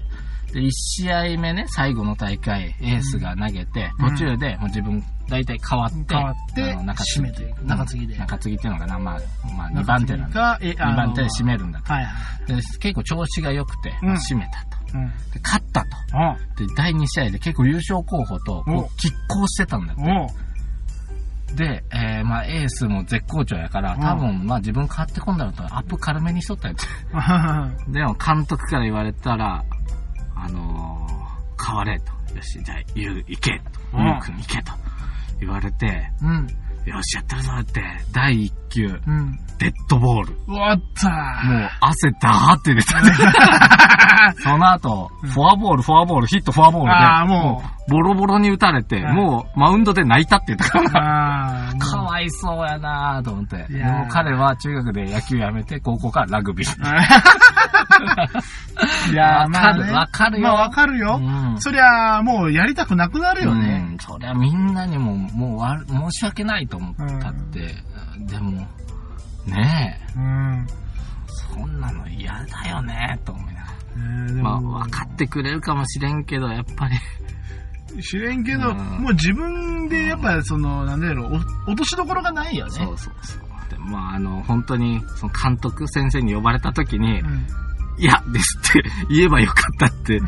[SPEAKER 1] で、1試合目ね、最後の大会、エースが投げて、
[SPEAKER 2] うん
[SPEAKER 1] 途中でもう自分、大体変わって、
[SPEAKER 2] 変わって
[SPEAKER 1] あの中継ぎ
[SPEAKER 2] 締めていく中継ぎで
[SPEAKER 1] うん中継ぎっていうのかな、まあ、まあ、2番手なんだ。
[SPEAKER 2] 中継ぎかえ、
[SPEAKER 1] 2番手で締
[SPEAKER 2] め。
[SPEAKER 1] めるんだと。
[SPEAKER 2] はいはい。
[SPEAKER 1] で、結構調子が良くて、
[SPEAKER 2] うん
[SPEAKER 1] まあ締めたと。
[SPEAKER 2] うん。
[SPEAKER 1] で、勝ったと。
[SPEAKER 2] あ
[SPEAKER 1] で、第2試合で結構優勝候補と、
[SPEAKER 2] お
[SPEAKER 1] こう、拮抗してたんだよ。
[SPEAKER 2] おう
[SPEAKER 1] で、えー、まあエースも絶好調やから、多分、まあ自分変わってこんだろうと、アップ軽めにしとったやつ。でも監督から言われたら、あのー、変われと。よし、じゃあ、ゆう、行けと。
[SPEAKER 2] うん
[SPEAKER 1] ゆうくん行けと。言われて、
[SPEAKER 2] うん。
[SPEAKER 1] よし、やったるぞって、第1球、
[SPEAKER 2] うん。
[SPEAKER 1] デッドボール。
[SPEAKER 2] 終わった
[SPEAKER 1] もう、汗ダーって 出た。その後、フォアボール、フォアボール、ヒット、フォアボー ルで、
[SPEAKER 2] ああ、も
[SPEAKER 1] う、ボロボロに打たれて、
[SPEAKER 2] はい
[SPEAKER 1] もう、マウンドで泣いたって言ったから
[SPEAKER 2] う。。ああ。
[SPEAKER 1] か
[SPEAKER 2] もう
[SPEAKER 1] わいそうやなぁと思って。
[SPEAKER 2] い
[SPEAKER 1] で
[SPEAKER 2] やー
[SPEAKER 1] も彼は中学で野球やめて、高校からラグビー。
[SPEAKER 2] いやー
[SPEAKER 1] わ
[SPEAKER 2] ま
[SPEAKER 1] か
[SPEAKER 2] あ
[SPEAKER 1] る
[SPEAKER 2] ね
[SPEAKER 1] わかるよ
[SPEAKER 2] まあわかるよ。
[SPEAKER 1] うん
[SPEAKER 2] そりゃ、もうやりたくなくなるよね。
[SPEAKER 1] うん、そりゃみんなにも、もうわ申し訳ないと思ったって。でも、ねえ、
[SPEAKER 2] うん。
[SPEAKER 1] そんなの嫌だよねと思いなが
[SPEAKER 2] えーで
[SPEAKER 1] ら。まあ、
[SPEAKER 2] も、
[SPEAKER 1] 分かってくれるかもしれんけど、やっぱり。
[SPEAKER 2] 知れんけど、
[SPEAKER 1] うん
[SPEAKER 2] もう自分で、やっぱ、その、なんだろう、お落としどころがないよね。
[SPEAKER 1] そうそうそう。でまあ、あの、本当に、その監督先生に呼ばれた時に、
[SPEAKER 2] うん
[SPEAKER 1] いや、ですって言えばよかったって、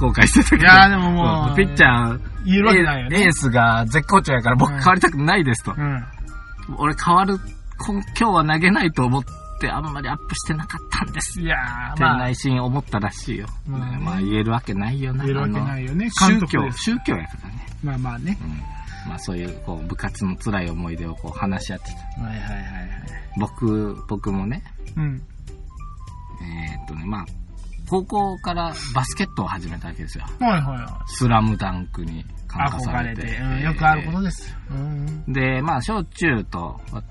[SPEAKER 1] 後悔してたけど。
[SPEAKER 2] いやーでももう
[SPEAKER 1] ピッチャー、
[SPEAKER 2] 言えるわけないよね。
[SPEAKER 1] エースが絶好調やから僕変わりたくないですと。
[SPEAKER 2] うん。
[SPEAKER 1] 俺変わるこん今日は投げないと思ってあんまりアップしてなかったんです。
[SPEAKER 2] いやー、
[SPEAKER 1] 店
[SPEAKER 2] まあ
[SPEAKER 1] 内、シーン思ったらしいよ。
[SPEAKER 2] ま
[SPEAKER 1] ま
[SPEAKER 2] あ
[SPEAKER 1] あ、
[SPEAKER 2] ね
[SPEAKER 1] 言えるわけないよな。
[SPEAKER 2] 言えるわけないよね。
[SPEAKER 1] あ
[SPEAKER 2] 監
[SPEAKER 1] の宗
[SPEAKER 2] 督
[SPEAKER 1] 教、
[SPEAKER 2] です。
[SPEAKER 1] 宗教やからね。
[SPEAKER 2] まあまあね。
[SPEAKER 1] うん。まあそういう、こう、部活の辛い思い出をこう話し合ってた。
[SPEAKER 2] はいはいはいはい。
[SPEAKER 1] 僕、僕もね、
[SPEAKER 2] うん。
[SPEAKER 1] えーっとね、まあ、高校からバスケットを始めたわけですよ。
[SPEAKER 2] はいはいは
[SPEAKER 1] スラムダンクに
[SPEAKER 2] い。
[SPEAKER 1] 感化さ
[SPEAKER 2] 憧
[SPEAKER 1] れ
[SPEAKER 2] れ
[SPEAKER 1] て。
[SPEAKER 2] て、うんよくあることです。うん。
[SPEAKER 1] で、まあ、小中と、わ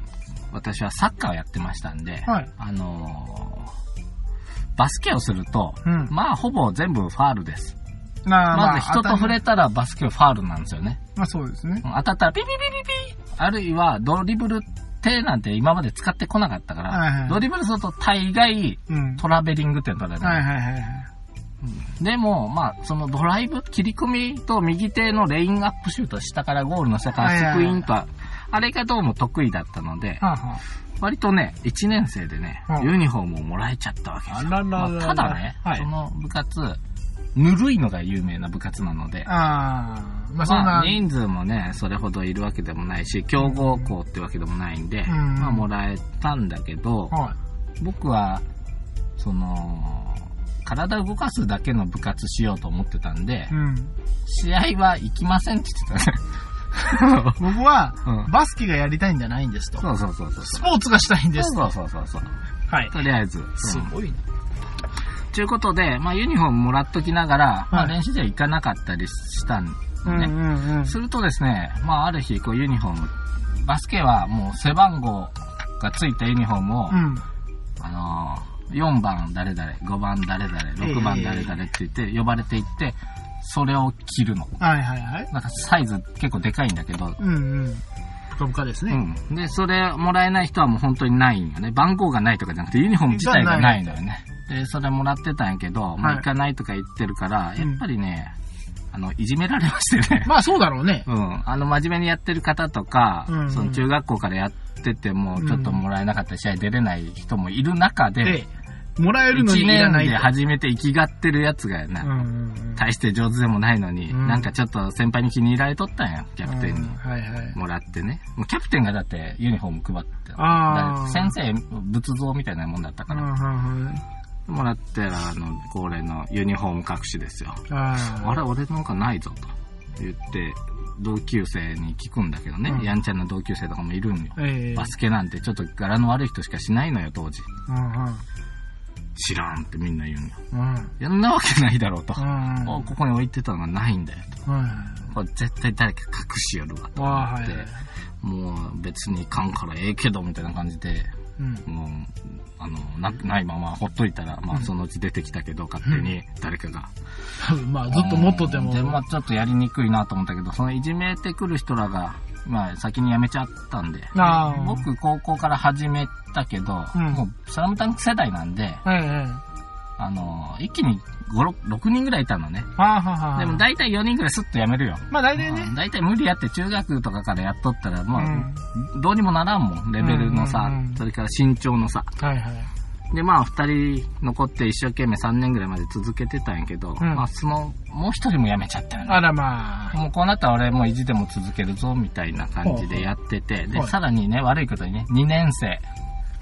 [SPEAKER 1] 私はサッカーをやってましたんで、
[SPEAKER 2] はい
[SPEAKER 1] あのーバスケをすると、
[SPEAKER 2] うん
[SPEAKER 1] まあ、ほぼ全部ファールです。
[SPEAKER 2] ま
[SPEAKER 1] まず人と触れ
[SPEAKER 2] 当た
[SPEAKER 1] た
[SPEAKER 2] り
[SPEAKER 1] らバスケはファールなんですよね。
[SPEAKER 2] まあそうですね。
[SPEAKER 1] 当たったらピピピピピあるいはドリブル手なんて今まで使ってこなかったから、
[SPEAKER 2] はいはい
[SPEAKER 1] ドリブルすると大概
[SPEAKER 2] うん。
[SPEAKER 1] トラベリングって取られる、
[SPEAKER 2] はいはいはいはい。
[SPEAKER 1] でも、まあ、そのドライブ、切り込みと右手のレインアップシュート、下からゴールの下か
[SPEAKER 2] はいはい
[SPEAKER 1] ら
[SPEAKER 2] は
[SPEAKER 1] ス
[SPEAKER 2] い
[SPEAKER 1] クイーンと、あれがどうも得意だったので、
[SPEAKER 2] はあは
[SPEAKER 1] 割とね、1年生でね
[SPEAKER 2] うん、
[SPEAKER 1] ユニフォームをもらえちゃったわけですよ。
[SPEAKER 2] あらららら
[SPEAKER 1] まあただね、
[SPEAKER 2] はい
[SPEAKER 1] その部活、ぬるいのが有名な部活なので、
[SPEAKER 2] あ。あー。まあそん
[SPEAKER 1] ま
[SPEAKER 2] な
[SPEAKER 1] あ、、人数もね、それほどいるわけでもないし、強豪校ってわけでもないんで、
[SPEAKER 2] ん
[SPEAKER 1] まあもらえたんだけど、
[SPEAKER 2] は
[SPEAKER 1] 僕は、その、体動かすだけの部活しようと思ってたんで
[SPEAKER 2] い。う、ん。
[SPEAKER 1] 試合は行きませんって言ってたね。
[SPEAKER 2] 僕は
[SPEAKER 1] う、ん
[SPEAKER 2] バスケがやりたいんじゃないんですと。
[SPEAKER 1] そうそうそうそう。
[SPEAKER 2] スポーツがしたいんですと。
[SPEAKER 1] そうそうそうそう。
[SPEAKER 2] はい。
[SPEAKER 1] とりあえず。うん
[SPEAKER 2] すごいな。
[SPEAKER 1] ということで、まあ、ユニフォームもらっときながら、まあ、
[SPEAKER 2] はい
[SPEAKER 1] 練習では行かなかったりしたんです
[SPEAKER 2] う
[SPEAKER 1] ね。
[SPEAKER 2] んうんうん。
[SPEAKER 1] するとですね、まあ、ある日、こう、ユニフォーム、バスケはもう背番号がついたユニフォームを、
[SPEAKER 2] うん。
[SPEAKER 1] あのー、4番誰々、5番誰々、6番誰々って言って、呼ばれていって、それを着るの。
[SPEAKER 2] はいはいはい。
[SPEAKER 1] なんかサイズ結構でかいんだけど、
[SPEAKER 2] うんうん。トムカですね。
[SPEAKER 1] うん。で、それもらえない人はもう本当にないんよね。番号がないとかじゃなくて、ユニフォーム自体がないんだよね。で、それもらってたんやけど、もう行かないとか言ってるから、やっぱりね、あの、いじめられましてね。
[SPEAKER 2] まあそうだろうね。
[SPEAKER 1] うん。あの、真面目にやってる方とか、
[SPEAKER 2] うん
[SPEAKER 1] その中学校からやってても、ちょっともらえなかったり試合出れない人もいる中で、
[SPEAKER 2] で、もらえるのに
[SPEAKER 1] 1
[SPEAKER 2] いらな
[SPEAKER 1] 年
[SPEAKER 2] い
[SPEAKER 1] で
[SPEAKER 2] と。
[SPEAKER 1] 初めて生きがってるやつがやな、
[SPEAKER 2] うんうん
[SPEAKER 1] 大して上手でもないのに、
[SPEAKER 2] うん
[SPEAKER 1] なんかちょっと先輩に気に入られとったんや、キャプテンに。
[SPEAKER 2] うんはいはい。
[SPEAKER 1] もらってね。もうキャプテンがだってユニフォーム配ってた
[SPEAKER 2] あー
[SPEAKER 1] だから先生、仏像みたいなもんだった
[SPEAKER 2] う
[SPEAKER 1] か
[SPEAKER 2] んう
[SPEAKER 1] ら。
[SPEAKER 2] んうん
[SPEAKER 1] もらったら、あの、恒例のユニフォーム隠しですよ。あ
[SPEAKER 2] あ
[SPEAKER 1] れ、俺なんかないぞ、と言って、同級生に聞くんだけどね。
[SPEAKER 2] うん
[SPEAKER 1] やんちゃな同級生とかもいるんよ
[SPEAKER 2] あ。。ええ
[SPEAKER 1] バスケなんてちょっと柄の悪い人しかしないのよ、当時。
[SPEAKER 2] うん
[SPEAKER 1] 知らんってみんな言うんよ。
[SPEAKER 2] うん。うん。
[SPEAKER 1] やんなわけないだろうと。
[SPEAKER 2] うん。
[SPEAKER 1] おここに置いてたのがないんだよ
[SPEAKER 2] はい
[SPEAKER 1] と。これ絶対誰か隠しよるわ、と思
[SPEAKER 2] わあは
[SPEAKER 1] っ
[SPEAKER 2] い
[SPEAKER 1] て。もう別にいかんからええけど、みたいな感じで、
[SPEAKER 2] うん。
[SPEAKER 1] もう、あの、なないままほっといたら、まあ、そのうち出てきたけど、勝手に誰かが。
[SPEAKER 2] 多分まあずっと持っとても。
[SPEAKER 1] で、まあ、ちょっとやりにくいなと思ったけど、そのいじめてくる人らが、まあ、先に辞めちゃったんで、
[SPEAKER 2] あー
[SPEAKER 1] 僕、高校から始めたけど、
[SPEAKER 2] うん
[SPEAKER 1] もう、スラムダンク世代なんで、
[SPEAKER 2] ええええ
[SPEAKER 1] あの、一気に5、6人ぐらいいたのね。
[SPEAKER 2] はあはあはあ
[SPEAKER 1] でも、大体4人ぐらいスッと辞めるよ。
[SPEAKER 2] まあ大体
[SPEAKER 1] うん
[SPEAKER 2] ね。
[SPEAKER 1] 大体無理やって中学とかからやっとったら、
[SPEAKER 2] う
[SPEAKER 1] まあ、
[SPEAKER 2] ん。
[SPEAKER 1] どうにもならんもん、レベルの差、
[SPEAKER 2] うんうんうん
[SPEAKER 1] それから身長の差。
[SPEAKER 2] はいはい。
[SPEAKER 1] で、まあ、二人残って一生懸命3年ぐらいまで続けてたんやけど、
[SPEAKER 2] うん
[SPEAKER 1] まあ、その、もう一人も辞めちゃったよね。
[SPEAKER 2] あらまあ。
[SPEAKER 1] もうこうなったら俺もう意地でも続けるぞ、みたいな感じでやってて、で
[SPEAKER 2] は、い
[SPEAKER 1] さらにね、悪いことにね、2年生、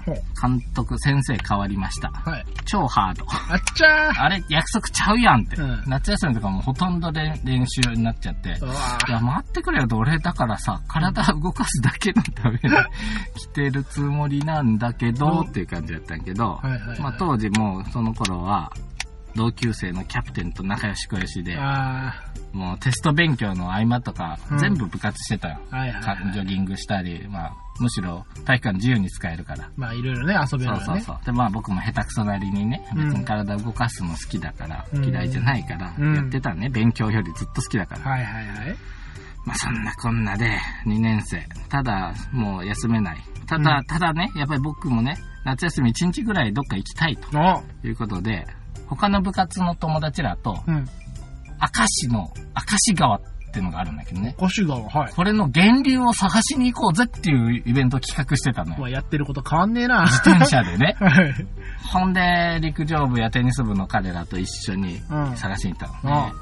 [SPEAKER 2] ほう
[SPEAKER 1] 監督、先生変わりました。
[SPEAKER 2] はい。
[SPEAKER 1] 超ハード。
[SPEAKER 2] あっちゃー。
[SPEAKER 1] あれ、約束ちゃうやんって。
[SPEAKER 2] うん
[SPEAKER 1] 夏休みとかもほとんど練練習になっちゃって
[SPEAKER 2] う。わ
[SPEAKER 1] いや、待ってくれよと、俺だからさ、体動かすだけの ために来てるつもりなんだけど、
[SPEAKER 2] うん
[SPEAKER 1] っていう感じだったんやけど、
[SPEAKER 2] はいはいはい
[SPEAKER 1] まあ当時もうその頃は、同級生のキャプテンと仲良しこよしで、
[SPEAKER 2] あ
[SPEAKER 1] もうテスト勉強の合間とか
[SPEAKER 2] うん、
[SPEAKER 1] 全部部活してたよ。
[SPEAKER 2] ー。はいはい
[SPEAKER 1] か
[SPEAKER 2] はい。
[SPEAKER 1] ジョギングしたり、まあ、むしろ体育館自由に使えるから。
[SPEAKER 2] まあいろいろね、遊べ
[SPEAKER 1] そ
[SPEAKER 2] るよ
[SPEAKER 1] うそう
[SPEAKER 2] ね。
[SPEAKER 1] そう。で、まあ僕も下手くそなりにね、別
[SPEAKER 2] うん
[SPEAKER 1] に体動かすの好きだから、
[SPEAKER 2] うん
[SPEAKER 1] 嫌いじゃないから、
[SPEAKER 2] うん
[SPEAKER 1] やってたね。勉強よりずっと好きだから。
[SPEAKER 2] はいはいはい。
[SPEAKER 1] まあそんなこんなで、2年生。ただ、もう休めない。ただ、
[SPEAKER 2] う
[SPEAKER 1] ただね、やっぱり僕もね、夏休み1日ぐらいどっか行きたいと
[SPEAKER 2] の、
[SPEAKER 1] いうことで、他の部活の友達らと、
[SPEAKER 2] うん。
[SPEAKER 1] 明石の、明石川っていうのがあるんだけどね。
[SPEAKER 2] コシガは、はい。
[SPEAKER 1] これの源流を探しに行こうぜっていうイベントを企画してたの
[SPEAKER 2] ま
[SPEAKER 1] よ。
[SPEAKER 2] あやってること変わんねえな。。
[SPEAKER 1] 自転車でね
[SPEAKER 2] はい。
[SPEAKER 1] ほんで、陸上部やテニス部の彼らと一緒に
[SPEAKER 2] うん
[SPEAKER 1] 探しに行ったの、ね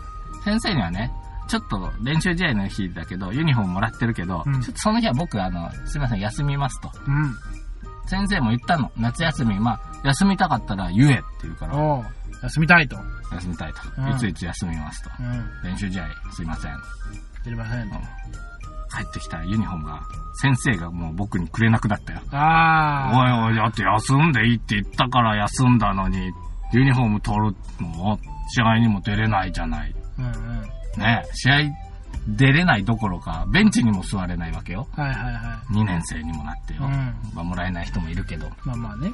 [SPEAKER 1] 先生にはね、ちょっと練習試合の日だけど、ユニフォームもらってるけど、
[SPEAKER 2] うん
[SPEAKER 1] ちょっとその日は僕、あの、すいません、休みますと。
[SPEAKER 2] うん。
[SPEAKER 1] 先生も言ったの。夏休み、まあ、休みたかったら言えって言うから、
[SPEAKER 2] おう休みたいと。
[SPEAKER 1] 休みたいと
[SPEAKER 2] う。ん
[SPEAKER 1] いついつ休みますと。
[SPEAKER 2] うん。
[SPEAKER 1] 練習試合、すいません。
[SPEAKER 2] 知りません。
[SPEAKER 1] 帰ってきたユニフォームが、先生がもう僕にくれなくなったよ。
[SPEAKER 2] ああ。
[SPEAKER 1] おいおい、だって休んでいいって言ったから休んだのに、ユニフォーム取るの試合にも出れないじゃない。
[SPEAKER 2] うんうん。
[SPEAKER 1] ねえ試合出れないどころか、ベンチにも座れないわけよ。
[SPEAKER 2] はいはいは
[SPEAKER 1] 2年生にもなってよ。
[SPEAKER 2] い。うん。
[SPEAKER 1] まあ、もらえない人もいるけど、
[SPEAKER 2] まあまあね。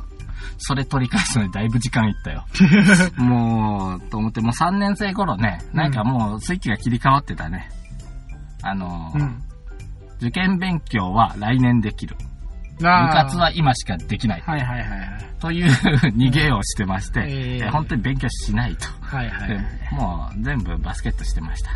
[SPEAKER 1] それ取り返すのにだいぶ時間いった よ。もう、と思って、もう3年生頃ね、なんかもうスイッチが切り替わってたね。あの、
[SPEAKER 2] うん。
[SPEAKER 1] 受験勉強は来年できる。部
[SPEAKER 2] あー
[SPEAKER 1] 活は今しかできない。
[SPEAKER 2] はいはいはいはい。
[SPEAKER 1] という逃げをしてまして、
[SPEAKER 2] えー
[SPEAKER 1] えー本当に勉強しないと。
[SPEAKER 2] はいはい
[SPEAKER 1] で
[SPEAKER 2] はい。
[SPEAKER 1] もう全部バスケットしてま した。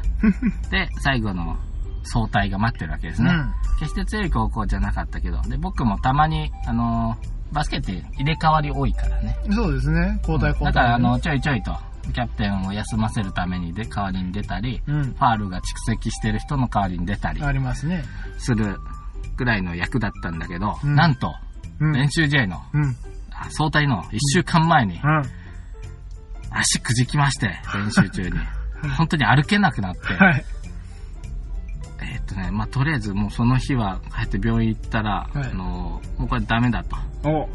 [SPEAKER 1] で、最後の総体が待ってるわけです
[SPEAKER 2] う
[SPEAKER 1] ね。
[SPEAKER 2] ん。
[SPEAKER 1] 決して強い高校じゃなかったけど、で、僕もたまに、あのーバスケって入れ替わり多いからね。
[SPEAKER 2] そうですね。交代交
[SPEAKER 1] だ
[SPEAKER 2] 代。
[SPEAKER 1] から、あの、ちょいちょいと、キャプテンを休ませるためにで代わりに出たり、
[SPEAKER 2] うん。
[SPEAKER 1] ファールが蓄積してる人の代わりに出たり
[SPEAKER 2] ありますね。
[SPEAKER 1] するぐらいの役だったんだけど、
[SPEAKER 2] うん
[SPEAKER 1] なんと、
[SPEAKER 2] うん。
[SPEAKER 1] 練習試合の、
[SPEAKER 2] うん。うん。
[SPEAKER 1] あ総体の1週間前に、足くじきまして、練習中に。本当に歩けなくなって、
[SPEAKER 2] はい。
[SPEAKER 1] えーっとね、まあ、とりあえずもうその日は帰って病院行ったら、
[SPEAKER 2] はい
[SPEAKER 1] あの、もうこれダメだと。
[SPEAKER 2] お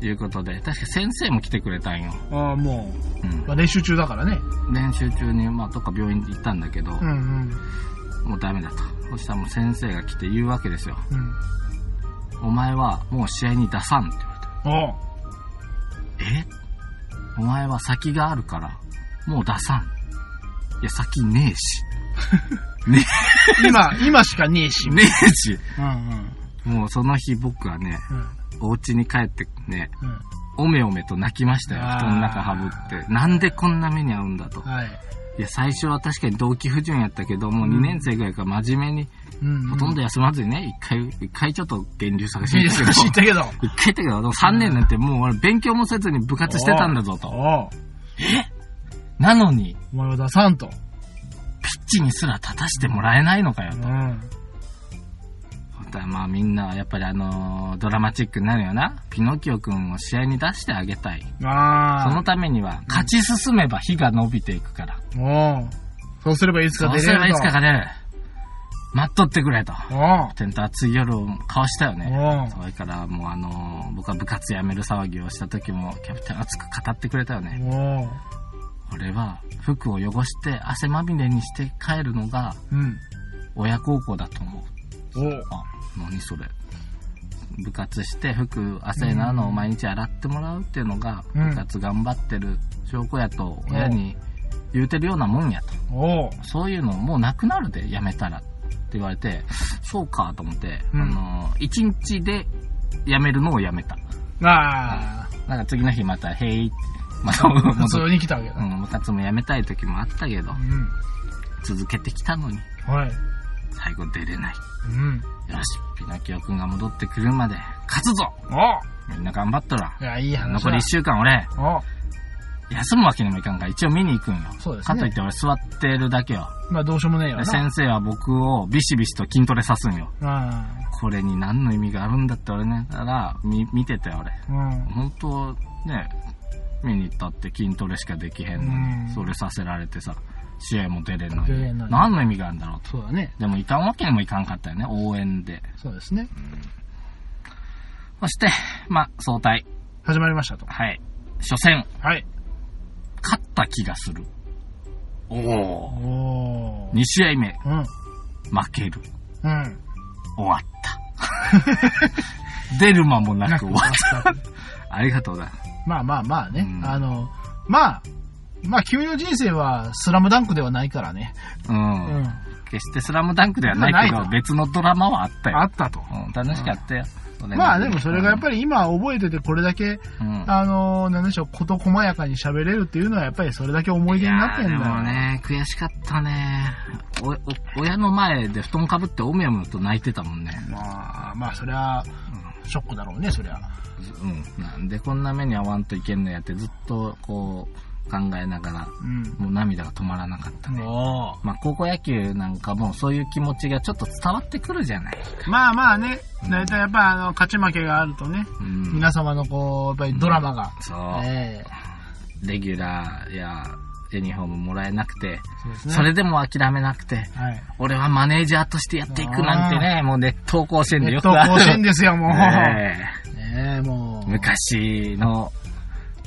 [SPEAKER 1] いうことで、確か先生も来てくれたんよ。
[SPEAKER 2] ああ、も
[SPEAKER 1] うん
[SPEAKER 2] う、まあ、練習中だからね。
[SPEAKER 1] 練習中に、まあ、どっか病院行ったんだけど、
[SPEAKER 2] うんうん。
[SPEAKER 1] もうダメだと。そしたらもう先生が来て言うわけですよ。
[SPEAKER 2] うん。
[SPEAKER 1] お前はもう試合に出さんって
[SPEAKER 2] お
[SPEAKER 1] 言われて。えお前は先があるから、もう出さん。いや、先ねえし。
[SPEAKER 2] 今、今しかねえし。
[SPEAKER 1] ねえし。
[SPEAKER 2] うんう ん。
[SPEAKER 1] もうその日僕はね、
[SPEAKER 2] うん。
[SPEAKER 1] お家に帰ってね、
[SPEAKER 2] うん。
[SPEAKER 1] おめおめと泣きましたよ。
[SPEAKER 2] あー
[SPEAKER 1] 布団の中はぶって。なんでこんな目に遭うんだと。
[SPEAKER 2] はい。
[SPEAKER 1] いや、最初は確かに動機不順やったけど、もう2年生ぐらいから真面目に、
[SPEAKER 2] うん、
[SPEAKER 1] ほとんど
[SPEAKER 2] や
[SPEAKER 1] 休まずにね、一回、一回ちょっと源流探し
[SPEAKER 2] し
[SPEAKER 1] に
[SPEAKER 2] いで
[SPEAKER 1] 行っ
[SPEAKER 2] す
[SPEAKER 1] た
[SPEAKER 2] け
[SPEAKER 1] けど、
[SPEAKER 2] 知ったけど。
[SPEAKER 1] 一回行ったけど、でも3年なんてもう俺勉強もせずに部活してたんだぞと。
[SPEAKER 2] おう
[SPEAKER 1] なのに、
[SPEAKER 2] お前は出さんと。
[SPEAKER 1] ピッチにすら立たしてもらえないのかよ
[SPEAKER 2] う
[SPEAKER 1] と。
[SPEAKER 2] ん。
[SPEAKER 1] ほんとはまあみんなはやっぱりあのードラマチックになるよな。ピノキオくんを試合に出してあげたい。
[SPEAKER 2] あ
[SPEAKER 1] その
[SPEAKER 2] あ。
[SPEAKER 1] ためには、勝ち進めば火が伸びていくから。
[SPEAKER 2] そのおうそうすればいつか
[SPEAKER 1] そう
[SPEAKER 2] 出れる
[SPEAKER 1] す
[SPEAKER 2] と。
[SPEAKER 1] ればいつかが出る。待っとってくれと。
[SPEAKER 2] おう
[SPEAKER 1] テント熱い夜をかわしたよね。
[SPEAKER 2] おう
[SPEAKER 1] それからもうあのー僕は部活辞める騒ぎをした時もキャプテン熱く語ってくれたよね。
[SPEAKER 2] おう
[SPEAKER 1] 俺は服を汚して汗まみれにして帰るのが
[SPEAKER 2] うん。
[SPEAKER 1] 親孝行だと思う。
[SPEAKER 2] おう
[SPEAKER 1] あ、何それ。部活して服汗なのを毎日洗ってもらうっていうのが
[SPEAKER 2] うん
[SPEAKER 1] 部活頑張ってる証拠やと親に言うてるようなもんやと。
[SPEAKER 2] おう
[SPEAKER 1] そういうのもうなくなるで辞めたらって言われて、そうかと思って、
[SPEAKER 2] うん
[SPEAKER 1] あのー、一日で辞めるのを辞めた。
[SPEAKER 2] ああ。
[SPEAKER 1] なんか次の日また、へいって、また戻
[SPEAKER 2] 普
[SPEAKER 1] って、
[SPEAKER 2] 通に来たわけだ
[SPEAKER 1] う。ん、部活もやめたい時もあったけど、
[SPEAKER 2] う
[SPEAKER 1] 続けてきたのに、
[SPEAKER 2] ん。はい。
[SPEAKER 1] 最後出れない。
[SPEAKER 2] うん。
[SPEAKER 1] よし、ピノキオくんが戻ってくるまで、勝つぞ
[SPEAKER 2] お
[SPEAKER 1] みんな頑張っとら。
[SPEAKER 2] いや、いい話だ。
[SPEAKER 1] 残り1週間俺、
[SPEAKER 2] お
[SPEAKER 1] 休むわけにもいかんから、一応見に行くんよ。
[SPEAKER 2] そうです
[SPEAKER 1] かといっ
[SPEAKER 2] ね。
[SPEAKER 1] て俺座ってるだけよ。
[SPEAKER 2] まあ、どうしようもねえよ
[SPEAKER 1] で
[SPEAKER 2] な。
[SPEAKER 1] 先生は僕をビシビシと筋トレさすんよ。
[SPEAKER 2] あ
[SPEAKER 1] これに何の意味があるんだって俺ね、たら、み、見てたよ俺。
[SPEAKER 2] あ。うん。
[SPEAKER 1] 本当ね見に行ったって筋トレしかできへんの
[SPEAKER 2] うん
[SPEAKER 1] にそれさせられてさ試合も出れんの
[SPEAKER 2] 出れんの
[SPEAKER 1] に
[SPEAKER 2] に
[SPEAKER 1] 何の意味があるんだろうと
[SPEAKER 2] そうだね。
[SPEAKER 1] でもいかんわけにもいかんかったよね応援で
[SPEAKER 2] そうですね。
[SPEAKER 1] そしてまあ総体
[SPEAKER 2] 始まりましたと。
[SPEAKER 1] はい初戦
[SPEAKER 2] はい。
[SPEAKER 1] 勝った気がするお
[SPEAKER 2] お
[SPEAKER 1] お
[SPEAKER 2] お。
[SPEAKER 1] 2試合目
[SPEAKER 2] うん。
[SPEAKER 1] 負ける
[SPEAKER 2] うん。。
[SPEAKER 1] 終わった 出る間もなく終わったたありがとうだ
[SPEAKER 2] まあまあまあね。
[SPEAKER 1] うん
[SPEAKER 2] あの、まあ、まあ君の人生はスラムダンクではないからね。
[SPEAKER 1] うん、
[SPEAKER 2] うん。
[SPEAKER 1] 決して「スラムダンクではないけ
[SPEAKER 2] ない
[SPEAKER 1] ど
[SPEAKER 2] と
[SPEAKER 1] 別のドラマはあったよ
[SPEAKER 2] あったと。
[SPEAKER 1] うん、楽しかったよ。それ
[SPEAKER 2] まあでもそれがやっぱ
[SPEAKER 1] り、
[SPEAKER 2] り今覚えててこれだけ、
[SPEAKER 1] うん、
[SPEAKER 2] あのー、なんでしょう、事細やかに喋れるっていうのはやっぱりそれだけ思い
[SPEAKER 1] い
[SPEAKER 2] 出になっ
[SPEAKER 1] や
[SPEAKER 2] て
[SPEAKER 1] ー
[SPEAKER 2] んだ
[SPEAKER 1] で
[SPEAKER 2] よ。
[SPEAKER 1] もね、悔しかったね。お、お、親の前で布団かぶっておみおみと泣いてたもんね。
[SPEAKER 2] まあ、まあそりゃ、ショックだろうね、そりゃ。
[SPEAKER 1] うん。なんでこんな目に遭わんといけんのやってずっと、こう、考えながら、
[SPEAKER 2] うん。
[SPEAKER 1] もう涙が止まらなかったね。
[SPEAKER 2] おー
[SPEAKER 1] まあ、高校野球なんかもそういう気持ちがちょっと伝わってくるじゃない。
[SPEAKER 2] まあまあね、だいたいやっぱあの、勝ち負けがあるとね、
[SPEAKER 1] うん
[SPEAKER 2] 皆様のこう、やっぱりドラマが、
[SPEAKER 1] そう、
[SPEAKER 2] ええ
[SPEAKER 1] レギュラーやユニフォームもらえなくて、
[SPEAKER 2] そうですね。
[SPEAKER 1] それでも諦めなくて、
[SPEAKER 2] はい。
[SPEAKER 1] 俺はマネージャーとしてやっていくなんてね、もうネット甲子園で
[SPEAKER 2] ネ
[SPEAKER 1] よ
[SPEAKER 2] ッ
[SPEAKER 1] く
[SPEAKER 2] ト
[SPEAKER 1] ある
[SPEAKER 2] 甲子園ですよ、もう。ね
[SPEAKER 1] ね
[SPEAKER 2] え、も
[SPEAKER 1] え
[SPEAKER 2] う。
[SPEAKER 1] 昔の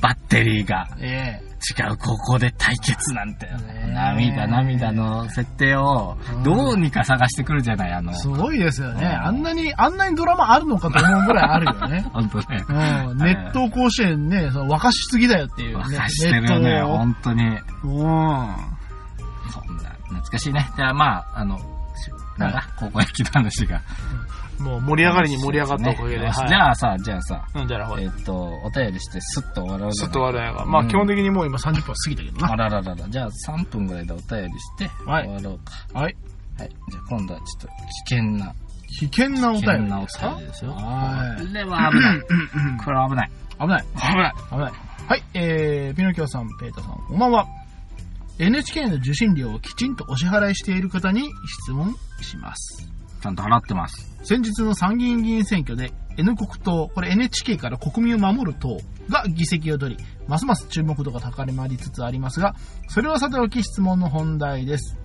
[SPEAKER 1] バッテリーが
[SPEAKER 2] え
[SPEAKER 1] 違う高校で対決なんて、
[SPEAKER 2] ねえ
[SPEAKER 1] 涙涙の設定をどうにか探してくるじゃない、あの
[SPEAKER 2] え。、すごいですよね。
[SPEAKER 1] うん。
[SPEAKER 2] あんなに、あんなにドラマあるのかと思うぐらいあるよ ね
[SPEAKER 1] 本当ね。
[SPEAKER 2] うん。ネット甲子園ね、その沸かしすぎだよっていう、ね。
[SPEAKER 1] 沸かしてるよね、本当に。
[SPEAKER 2] トを。う
[SPEAKER 1] そん
[SPEAKER 2] ん。
[SPEAKER 1] な、懐かしいね。じゃあまあ、あの、しなんだ、高校野球の話が。
[SPEAKER 2] もう盛り上がりに盛り上がったおかげで。
[SPEAKER 1] ねよし
[SPEAKER 2] はい
[SPEAKER 1] じゃあさ、じゃあさ、
[SPEAKER 2] なんじゃらほい
[SPEAKER 1] え。っと、お便りしてスッと終わろう
[SPEAKER 2] ち
[SPEAKER 1] じ
[SPEAKER 2] ょ
[SPEAKER 1] ゃ
[SPEAKER 2] っと
[SPEAKER 1] ない
[SPEAKER 2] 話題が。まあ、
[SPEAKER 1] うん
[SPEAKER 2] 基本的にもう今30分過ぎたけど
[SPEAKER 1] あ
[SPEAKER 2] な。
[SPEAKER 1] らららら、じゃあ3分ぐらいでお便りして終
[SPEAKER 2] はい
[SPEAKER 1] わろうか。
[SPEAKER 2] はい。
[SPEAKER 1] はい。じゃあ今度はちょっと危険な、
[SPEAKER 2] 危険なお
[SPEAKER 1] 危
[SPEAKER 2] 便
[SPEAKER 1] 険
[SPEAKER 2] り
[SPEAKER 1] なお
[SPEAKER 2] ですか
[SPEAKER 1] 便りですよ。
[SPEAKER 2] は
[SPEAKER 1] こ
[SPEAKER 2] い。
[SPEAKER 1] れは危ない。これは危ない。
[SPEAKER 2] 危ない。
[SPEAKER 1] 危ない。
[SPEAKER 2] 危ない。はい。えー、ピノキオさん、ペーターさん、こんばんは。NHK の受信料をきちんとお支払いしている方に質問します。
[SPEAKER 1] ちゃんと払ってます。
[SPEAKER 2] 先日の参議院議員選挙で N 国党、これ NHK から国民を守る党が議席を取り、ますます注目度が高まりつつありますが、それはさておき質問の本題です。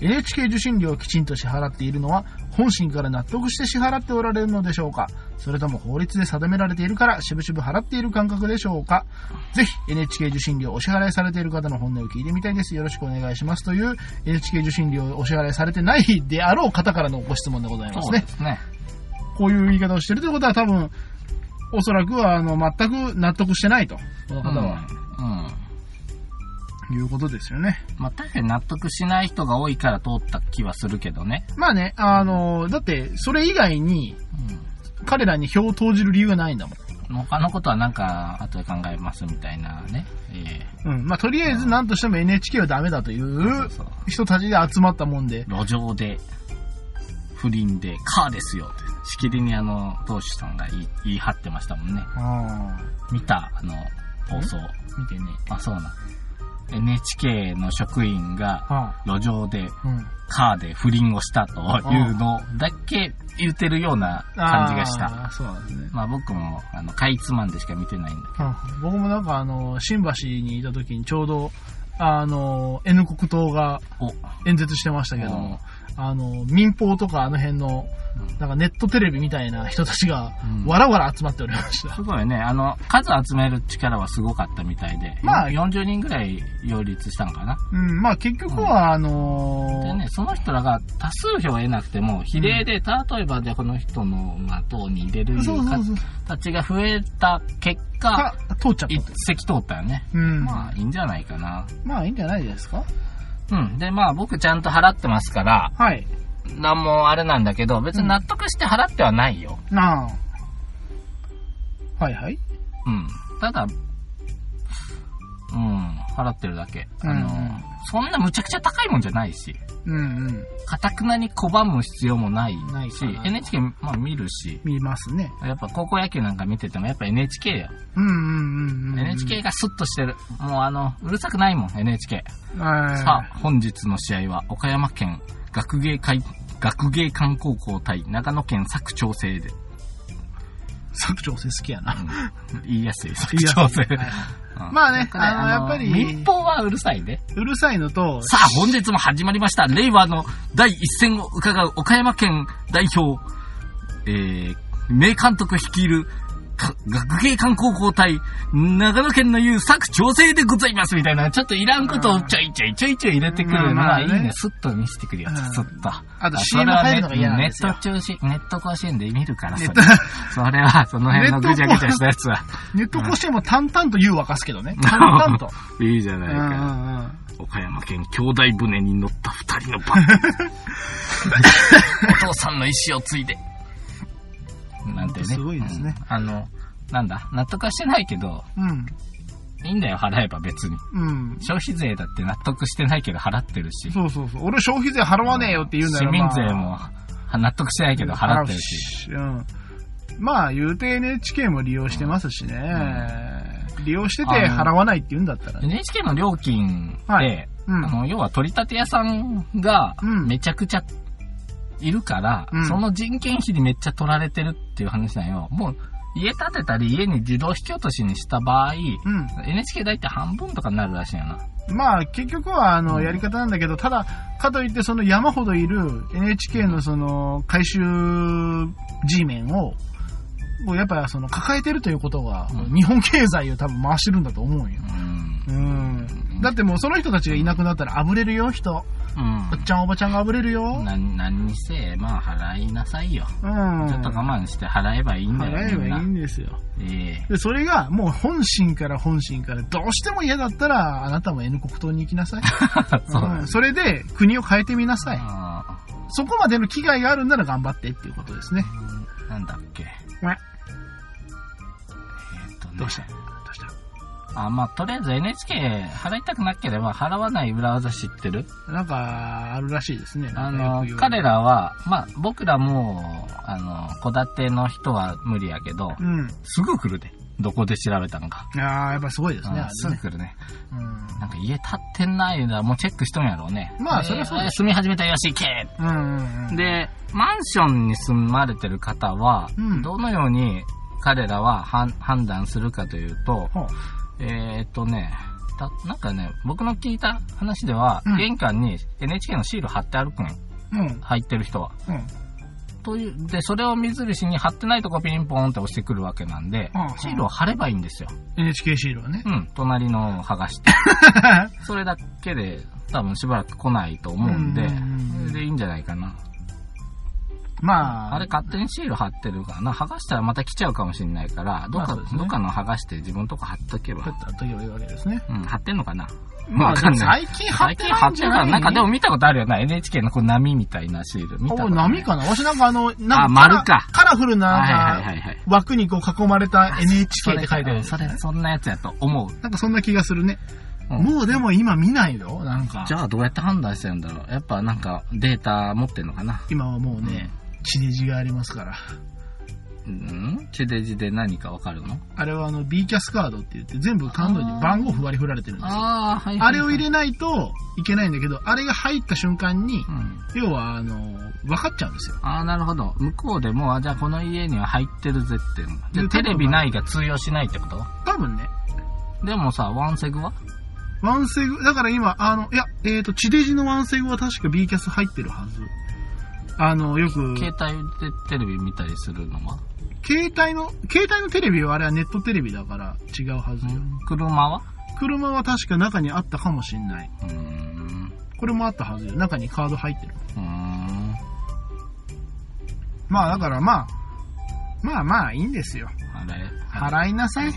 [SPEAKER 2] NHK 受信料をきちんと支払っているのは本心から納得して支払っておられるのでしょうかそれとも法律で定められているからしぶしぶ払っている感覚でしょうかぜひ NHK 受信料をお支払いされている方の本音を聞いてみたいですよろしくお願いしますという NHK 受信料をお支払いされてないであろう方からのご質問でございます
[SPEAKER 1] そう
[SPEAKER 2] ね
[SPEAKER 1] ですね。
[SPEAKER 2] こういう言い方をしてるということは多分、おそらくは、あの、全く納得してないと。この
[SPEAKER 1] う
[SPEAKER 2] 方
[SPEAKER 1] ん。う
[SPEAKER 2] は。
[SPEAKER 1] ん。
[SPEAKER 2] いうことですよね。
[SPEAKER 1] まあ確かに納得しない人が多いから通った気はするけどね。
[SPEAKER 2] まあね、あの、だって、それ以外に、彼らに票を投じる理由がないんだもん。
[SPEAKER 1] うん。他のことはなんか、後で考えますみたいなね。え
[SPEAKER 2] うん。まあ、とりあえず、何としても NHK はダメだとい
[SPEAKER 1] え
[SPEAKER 2] う
[SPEAKER 1] そうそう
[SPEAKER 2] 人たちで集まったもんで。
[SPEAKER 1] 路上で、不倫で、カーですよって、しきりにあの、当主さんが言い言い張ってましたもんね。
[SPEAKER 2] あ
[SPEAKER 1] 見た、あの、放送。
[SPEAKER 2] あ。見てね。
[SPEAKER 1] あ、そうな。NHK の職員が、
[SPEAKER 2] は
[SPEAKER 1] 路上で、
[SPEAKER 2] あ。うん。
[SPEAKER 1] カーで不倫をしたというのだけ言ってるような感じがした。
[SPEAKER 2] あー。そうなんですね。
[SPEAKER 1] まあ僕も、あの、かいつまんでしか見てないんだけ
[SPEAKER 2] うん僕もなんか、あの、新橋にいた時にちょうど、あの、N 国党が
[SPEAKER 1] ど。お、
[SPEAKER 2] 演説してましたけども、あの、民放とかあの辺の、
[SPEAKER 1] うん
[SPEAKER 2] なんかネットテレビみたいな人たちが
[SPEAKER 1] うん、
[SPEAKER 2] わらわら集まっておりました。
[SPEAKER 1] すごいね。あの、数集める力はすごかったみたいで、
[SPEAKER 2] まあ
[SPEAKER 1] 40人ぐらい擁立したのかな。
[SPEAKER 2] うん、まあ結局は、あ
[SPEAKER 1] で
[SPEAKER 2] の
[SPEAKER 1] ね、その人らが多数票を得なくても、比例で、例えばじゃあこの人の、まあ、党に入れる
[SPEAKER 2] ー、
[SPEAKER 1] い
[SPEAKER 2] そう
[SPEAKER 1] う
[SPEAKER 2] そうそう。
[SPEAKER 1] 形が増えた結
[SPEAKER 2] か
[SPEAKER 1] 果、、
[SPEAKER 2] 通っちゃった
[SPEAKER 1] 一。席通ったよね。
[SPEAKER 2] うん。
[SPEAKER 1] まあ、いいんじゃないかな。
[SPEAKER 2] まあいいんじゃないですか
[SPEAKER 1] うん。で、まあ、僕ちゃんと払ってますから、
[SPEAKER 2] はい。
[SPEAKER 1] なんもあれなんだけど、別に納得して払ってはないよ。
[SPEAKER 2] なあ。はいはい。
[SPEAKER 1] うん。ただ、うん、払ってるだけ。あの、
[SPEAKER 2] うんうん
[SPEAKER 1] そんなむちゃくちゃ高いもんじゃないし、
[SPEAKER 2] うんうん。
[SPEAKER 1] かたくなに拒む必要もない
[SPEAKER 2] ない
[SPEAKER 1] し
[SPEAKER 2] かな、
[SPEAKER 1] NHK、まあ見るし、
[SPEAKER 2] 見ますね。
[SPEAKER 1] やっぱ高校野球なんか見ててもやっぱ NHK よ。
[SPEAKER 2] うんうんうんうん。
[SPEAKER 1] NHK がスッとしてる。もうあの、うるさくないもん、NHK。
[SPEAKER 2] はい。
[SPEAKER 1] さあ、本日の試合は岡山県学芸会、学芸館高校対長野県佐久長聖で。
[SPEAKER 2] 佐久長聖好きや な。
[SPEAKER 1] うん 言いやすい、佐
[SPEAKER 2] いや
[SPEAKER 1] 久長聖。うん
[SPEAKER 2] まあね
[SPEAKER 1] なんか
[SPEAKER 2] あのやっぱり
[SPEAKER 1] 民放はうるさいね。
[SPEAKER 2] うるさいのと、
[SPEAKER 1] さあ、本日も始まりました。令和の第一戦を伺う岡山県代表、えー、名監督率いる、か学芸館高校対、長野県の言う作調整でございますみたいな、ちょっといらんことをちょいちょいちょいちょい入れてくるの
[SPEAKER 2] まあまあ
[SPEAKER 1] がいい
[SPEAKER 2] ね
[SPEAKER 1] ね。スッと見せてくるや
[SPEAKER 2] うん
[SPEAKER 1] つ、スッと。
[SPEAKER 2] あと
[SPEAKER 1] あ
[SPEAKER 2] CM 入るのが嫌なんですよ
[SPEAKER 1] ネット中心、ネット甲子園で見るから、そ
[SPEAKER 2] ネ
[SPEAKER 1] れ
[SPEAKER 2] ット。
[SPEAKER 1] それは、その辺のぐちゃぐちゃしたやつは。
[SPEAKER 2] ネット 越しても淡々と湯沸かすけどね。淡々 と。
[SPEAKER 1] いいじゃな
[SPEAKER 2] う
[SPEAKER 1] い
[SPEAKER 2] んうんう
[SPEAKER 1] か。
[SPEAKER 2] ん。
[SPEAKER 1] 岡山県兄弟船に乗った二人のバッテリ ーお父さんの意思を継いで。なんてね。
[SPEAKER 2] すごいですね
[SPEAKER 1] うんあの、なんだ、納得はしてないけど、
[SPEAKER 2] うん。
[SPEAKER 1] いいんだよ、払えば別に。
[SPEAKER 2] うん。
[SPEAKER 1] 消費税だって納得してないけど払ってるし。
[SPEAKER 2] そうそうそう。俺消費税払わねえよって言うな
[SPEAKER 1] 市
[SPEAKER 2] ら、
[SPEAKER 1] 民
[SPEAKER 2] まあ、
[SPEAKER 1] 税もは納得してないけど払ってるし。
[SPEAKER 2] 払うし。うん。まあ、言うて NHK も利用してますしね。利用してて
[SPEAKER 1] あの
[SPEAKER 2] 払わないって言うんだったらね。
[SPEAKER 1] NHK の料金って、
[SPEAKER 2] はいうん
[SPEAKER 1] あの、要は取り立て屋さんが
[SPEAKER 2] うん
[SPEAKER 1] めちゃくちゃいるから、
[SPEAKER 2] うん
[SPEAKER 1] その人件費にめっちゃ取られてるっていう話なんよ。もう、家建てたり家に自動引き落としにした場合、
[SPEAKER 2] うん。
[SPEAKER 1] NHK 大体半分とかになるらしいよな。
[SPEAKER 2] まあ結局はあ
[SPEAKER 1] う
[SPEAKER 2] の
[SPEAKER 1] ん
[SPEAKER 2] やり方なんだけど、ただ、かといってその山ほどいる NHK のその回収 G メンを、もうやっぱその抱えてるということが、
[SPEAKER 1] うん
[SPEAKER 2] 日本経済を多分回してるんだと思うよ。
[SPEAKER 1] うん。
[SPEAKER 2] うん。だってもうその人たちがいなくなったらあぶれるよ、人。おっちゃんおばちゃんがあぶれる
[SPEAKER 1] うん。
[SPEAKER 2] よ。
[SPEAKER 1] な、何にせえ、まあ払いなさいよ。
[SPEAKER 2] うん。
[SPEAKER 1] ちょっと我慢して払えばいいんだよ。
[SPEAKER 2] 払えばいい
[SPEAKER 1] みん
[SPEAKER 2] んですよ。
[SPEAKER 1] なえ
[SPEAKER 2] で、それがもう本心から本心からどうしても嫌だったら、あなたも N 国党に行きなさい。
[SPEAKER 1] え そうだ
[SPEAKER 2] う
[SPEAKER 1] ね
[SPEAKER 2] ん、 それで国を変えてみなさい。
[SPEAKER 1] あ
[SPEAKER 2] そこまでの危害があるんなら頑張ってっていうことですね。
[SPEAKER 1] ーなんだっけ。
[SPEAKER 2] はい
[SPEAKER 1] えーっとね
[SPEAKER 2] どうしたどうした
[SPEAKER 1] あ、まあ、とりあえず NHK 払いたくなければ払わない裏技知ってる
[SPEAKER 2] なんか、あるらしいですね。
[SPEAKER 1] あ
[SPEAKER 2] な
[SPEAKER 1] の
[SPEAKER 2] んかよ、く言われ
[SPEAKER 1] 彼
[SPEAKER 2] る。
[SPEAKER 1] らは、まあ、僕らもう、あの、戸建ての人は無理やけど、すぐ来るで。どこで調べたんか。
[SPEAKER 2] うん。ああ、やっぱすごいですね、
[SPEAKER 1] うん
[SPEAKER 2] あ
[SPEAKER 1] すぐ
[SPEAKER 2] れね。
[SPEAKER 1] 来るね。
[SPEAKER 2] うん
[SPEAKER 1] なんか家建ってんないな、もうチェックしとんやろうね。
[SPEAKER 2] まあ
[SPEAKER 1] で
[SPEAKER 2] そりゃそうでしょ
[SPEAKER 1] あ住み始めたよし、行け
[SPEAKER 2] うんうんうん。
[SPEAKER 1] で、マンションに住まれてる方は、
[SPEAKER 2] うん
[SPEAKER 1] どのように彼らは判判断するかというと、
[SPEAKER 2] ほう
[SPEAKER 1] えーっとね、たなんかね、僕の聞いた話では、
[SPEAKER 2] うん
[SPEAKER 1] 玄関に NHK のシール貼って歩くんよ
[SPEAKER 2] うん。うん。
[SPEAKER 1] 入ってる人は。という、で、それを見ずりしに貼ってないとこピンポンって押してくるわけなんで、
[SPEAKER 2] うんうん
[SPEAKER 1] シールを貼ればいいんですよ。
[SPEAKER 2] NHK シールはね
[SPEAKER 1] う。ん、隣のを剥が して。それだけで、多分しばらく来ないと思うんで、
[SPEAKER 2] うんうんうん
[SPEAKER 1] それでいいんじゃないかな。
[SPEAKER 2] まあ、
[SPEAKER 1] あれ勝手にシール貼ってるからな、剥がしたらまた来ちゃうかもしれないから、どっ
[SPEAKER 2] まあ
[SPEAKER 1] か、
[SPEAKER 2] そうですね
[SPEAKER 1] どっかの剥がして自分のとこ貼っとけ
[SPEAKER 2] 撮
[SPEAKER 1] ば
[SPEAKER 2] っ。たときはいいわけですね。
[SPEAKER 1] うん、貼ってんのかな
[SPEAKER 2] まあ、
[SPEAKER 1] わかんない
[SPEAKER 2] 最近貼っ
[SPEAKER 1] 最
[SPEAKER 2] て
[SPEAKER 1] 近
[SPEAKER 2] な
[SPEAKER 1] 貼っ
[SPEAKER 2] いん
[SPEAKER 1] て
[SPEAKER 2] じ
[SPEAKER 1] る
[SPEAKER 2] ゃ
[SPEAKER 1] から、
[SPEAKER 2] ない
[SPEAKER 1] なんかでも見たことあるよな、NHK のこう波みたいなシール。見たこと
[SPEAKER 2] お
[SPEAKER 1] ない
[SPEAKER 2] 波かなわしなんかあの、なんか
[SPEAKER 1] あ丸か
[SPEAKER 2] カラフルな、
[SPEAKER 1] は
[SPEAKER 2] ないん
[SPEAKER 1] はい
[SPEAKER 2] か
[SPEAKER 1] はいはい。
[SPEAKER 2] 枠にこう囲まれた NHK って書いてある。
[SPEAKER 1] それ、そんなやつやと思う。
[SPEAKER 2] なんかそんな気がするね。
[SPEAKER 1] うん
[SPEAKER 2] もうでも今見ないよ、なんか
[SPEAKER 1] じ。ゃあどうやって判断してるんだろうやっぱなんかデータ持ってんのかな
[SPEAKER 2] 今はもうね、地デジがありますから。
[SPEAKER 1] うん地デジで何かわかるの
[SPEAKER 2] あれはあの B キャスカードって言って全部感度に番号ふわり振られてるんですよ。
[SPEAKER 1] ああ、はい
[SPEAKER 2] あれを入
[SPEAKER 1] れ、
[SPEAKER 2] れないといけないんだけど、あれが入った瞬間に
[SPEAKER 1] う、ん
[SPEAKER 2] 要はあの、分かっちゃうんですよ。
[SPEAKER 1] ああ、なるほど。向こうでもう、あ、じゃあこの家には入ってるぜっていうのが。じゃあ
[SPEAKER 2] で
[SPEAKER 1] テレビないが通用しないってこと
[SPEAKER 2] 多分ね、
[SPEAKER 1] でもさ、ワンセグは
[SPEAKER 2] ワンセグ、だから今、あの、いや、えっ、と、地デジのワンセグは確か B キャス入ってるはず。あの、よく、
[SPEAKER 1] 携帯でテレビ見たりするのは、
[SPEAKER 2] 携帯の、携帯のテレビはあれはネットテレビだから違うはずよ。
[SPEAKER 1] 車は
[SPEAKER 2] 車は確か中にあったかもしんない。
[SPEAKER 1] うーん。
[SPEAKER 2] これもあったはずよ。中にカード入ってる。
[SPEAKER 1] うーん。
[SPEAKER 2] まあだからまあ、まあまあいいんですよ。
[SPEAKER 1] あれ
[SPEAKER 2] 払いなさい。
[SPEAKER 1] もう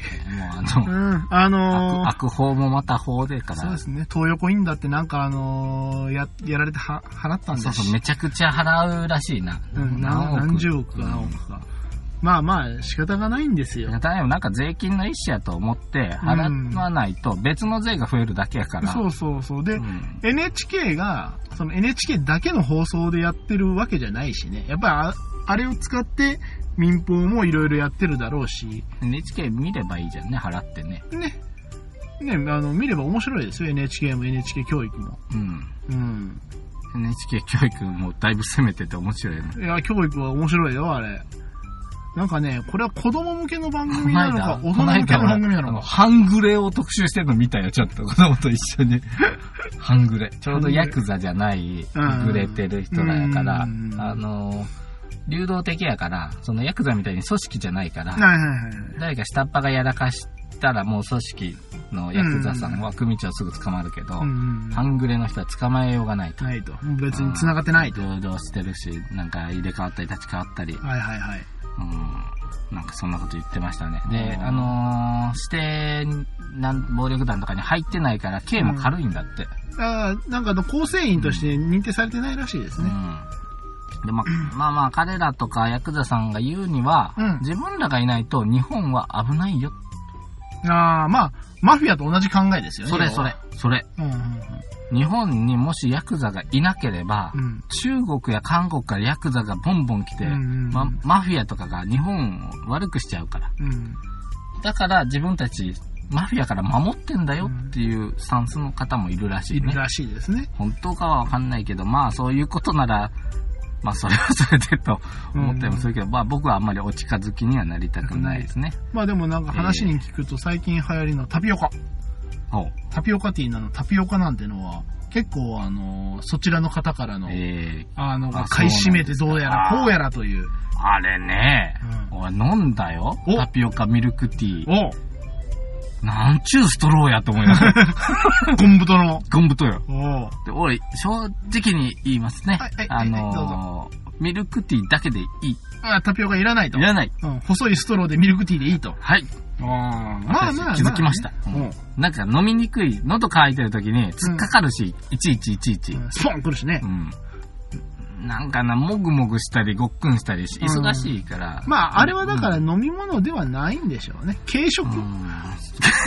[SPEAKER 1] あ
[SPEAKER 2] う
[SPEAKER 1] の、
[SPEAKER 2] ん。あのー
[SPEAKER 1] 悪悪法もまた法でから。
[SPEAKER 2] そうですね。東横インだってなんかあのーや、やられては、払ったん
[SPEAKER 1] そ
[SPEAKER 2] だ
[SPEAKER 1] う
[SPEAKER 2] し。
[SPEAKER 1] そう、めちゃくちゃ払うらしいな。
[SPEAKER 2] うん、何何十億か何億か。まあまあ仕方がないんですよ。
[SPEAKER 1] 例えばなんか税金の一種やと思って払わないと別の税が増えるだけやから。
[SPEAKER 2] そうそうそう。で、
[SPEAKER 1] うん
[SPEAKER 2] NHK が、その NHK だけの放送でやってるわけじゃないしね。やっぱりああれを使って民放もいろいろやってるだろうし、
[SPEAKER 1] NHK 見ればいいじゃんね、払ってね。
[SPEAKER 2] ね。ね、あの、見れば面白いですよ。NHK も NHK 教育も。
[SPEAKER 1] うん。
[SPEAKER 2] うん。
[SPEAKER 1] NHK 教育もだいぶ攻めてて面白いよね。
[SPEAKER 2] いや、教育は面白いよ、あれ。なんかね、これは子供向けの番組なのか、大人向けの番組な
[SPEAKER 1] この間あ
[SPEAKER 2] の
[SPEAKER 1] の
[SPEAKER 2] か。
[SPEAKER 1] 半グレを特集してるの見たよ、ちょっと。子供と一緒 に。半グレ。ちょうどヤクザじゃない、
[SPEAKER 2] うん
[SPEAKER 1] グレてる人らやから、
[SPEAKER 2] うん
[SPEAKER 1] あの、流動的やから、そのヤクザみたいに組織じゃないから、
[SPEAKER 2] はいはいはい。
[SPEAKER 1] 誰か下っ端がやらかしたらもう組織のヤクザさんは組長すぐ捕まるけど、
[SPEAKER 2] うんうん
[SPEAKER 1] ハングレの人は捕まえようがないと。
[SPEAKER 2] ないと。別に繋がってないと。は
[SPEAKER 1] 労働してるし、なんか入れ替わったり立ち替わったり、う
[SPEAKER 2] いはいはい。
[SPEAKER 1] ん、なんかそんなこと言ってましたね。で、
[SPEAKER 2] うん
[SPEAKER 1] あのー、指定なん暴力団とかに入ってないから、刑も軽いんだって。
[SPEAKER 2] ああ、なんかあの、構成員として認定されてないらしいです
[SPEAKER 1] うん
[SPEAKER 2] ね。
[SPEAKER 1] でままあまあ、彼らとかヤクザさんが言うには、
[SPEAKER 2] うん
[SPEAKER 1] 自分らがいないと日本は危ないよ。
[SPEAKER 2] ああ、まあ、マフィアと同じ考えですよね。
[SPEAKER 1] それ
[SPEAKER 2] 要
[SPEAKER 1] そ
[SPEAKER 2] は
[SPEAKER 1] れ。、それ。
[SPEAKER 2] うんうん
[SPEAKER 1] 日本にもしヤクザがいなければ、
[SPEAKER 2] うん。うん
[SPEAKER 1] 中国や韓国からヤクザがボンボン来て、
[SPEAKER 2] うんうんうん
[SPEAKER 1] まマフィアとかが日本を悪くしちゃうから。
[SPEAKER 2] うん。
[SPEAKER 1] だから自分たちマフィアから守ってんだよっていうスタンスの方もいるらし
[SPEAKER 2] い
[SPEAKER 1] い
[SPEAKER 2] る
[SPEAKER 1] ね。
[SPEAKER 2] らしいですね。
[SPEAKER 1] 本当かはわかんないけど、まあそういうことなら、まあそれはそれでと思ったりもするけど、まあ僕はあんまりお近づきにはなりたくないですね。
[SPEAKER 2] まあでもなんか話に聞くと最近流行りのタピオカ。
[SPEAKER 1] ほう。
[SPEAKER 2] タピオカティーなのタピオカなんてのは、結構あの、そちらの方からの、
[SPEAKER 1] えー、
[SPEAKER 2] あの、
[SPEAKER 1] あ
[SPEAKER 2] 買い占めてどう
[SPEAKER 1] そうなんです
[SPEAKER 2] やら
[SPEAKER 1] か
[SPEAKER 2] こうやらという。
[SPEAKER 1] あれね、
[SPEAKER 2] う
[SPEAKER 1] 俺飲んだよ。
[SPEAKER 2] お
[SPEAKER 1] タピオカミルクティー。
[SPEAKER 2] お
[SPEAKER 1] なんちゅうストローやと思いました。
[SPEAKER 2] ゴンブトの。
[SPEAKER 1] ゴムとよ。
[SPEAKER 2] おお
[SPEAKER 1] で俺、正直に言いますね。
[SPEAKER 2] はいはい
[SPEAKER 1] あ
[SPEAKER 2] はいどう
[SPEAKER 1] のーミルクティーだけでいい。い
[SPEAKER 2] あタピオカいらないと。
[SPEAKER 1] らない。
[SPEAKER 2] うん、細いストローでミルクティーでいいと。
[SPEAKER 1] はい。
[SPEAKER 2] ああ、
[SPEAKER 1] 私気づきました。
[SPEAKER 2] まあね
[SPEAKER 1] うんなんか飲みにくい、喉乾いてる時に突っかかるし、いちいちいちいち。
[SPEAKER 2] うんスポン来るしね
[SPEAKER 1] う。ん。なんかな、もぐもぐしたり、ごっくんしたりし、忙しいから。
[SPEAKER 2] まあ、あれはだから飲み物ではないんでしょうね。軽食。
[SPEAKER 1] うん。うん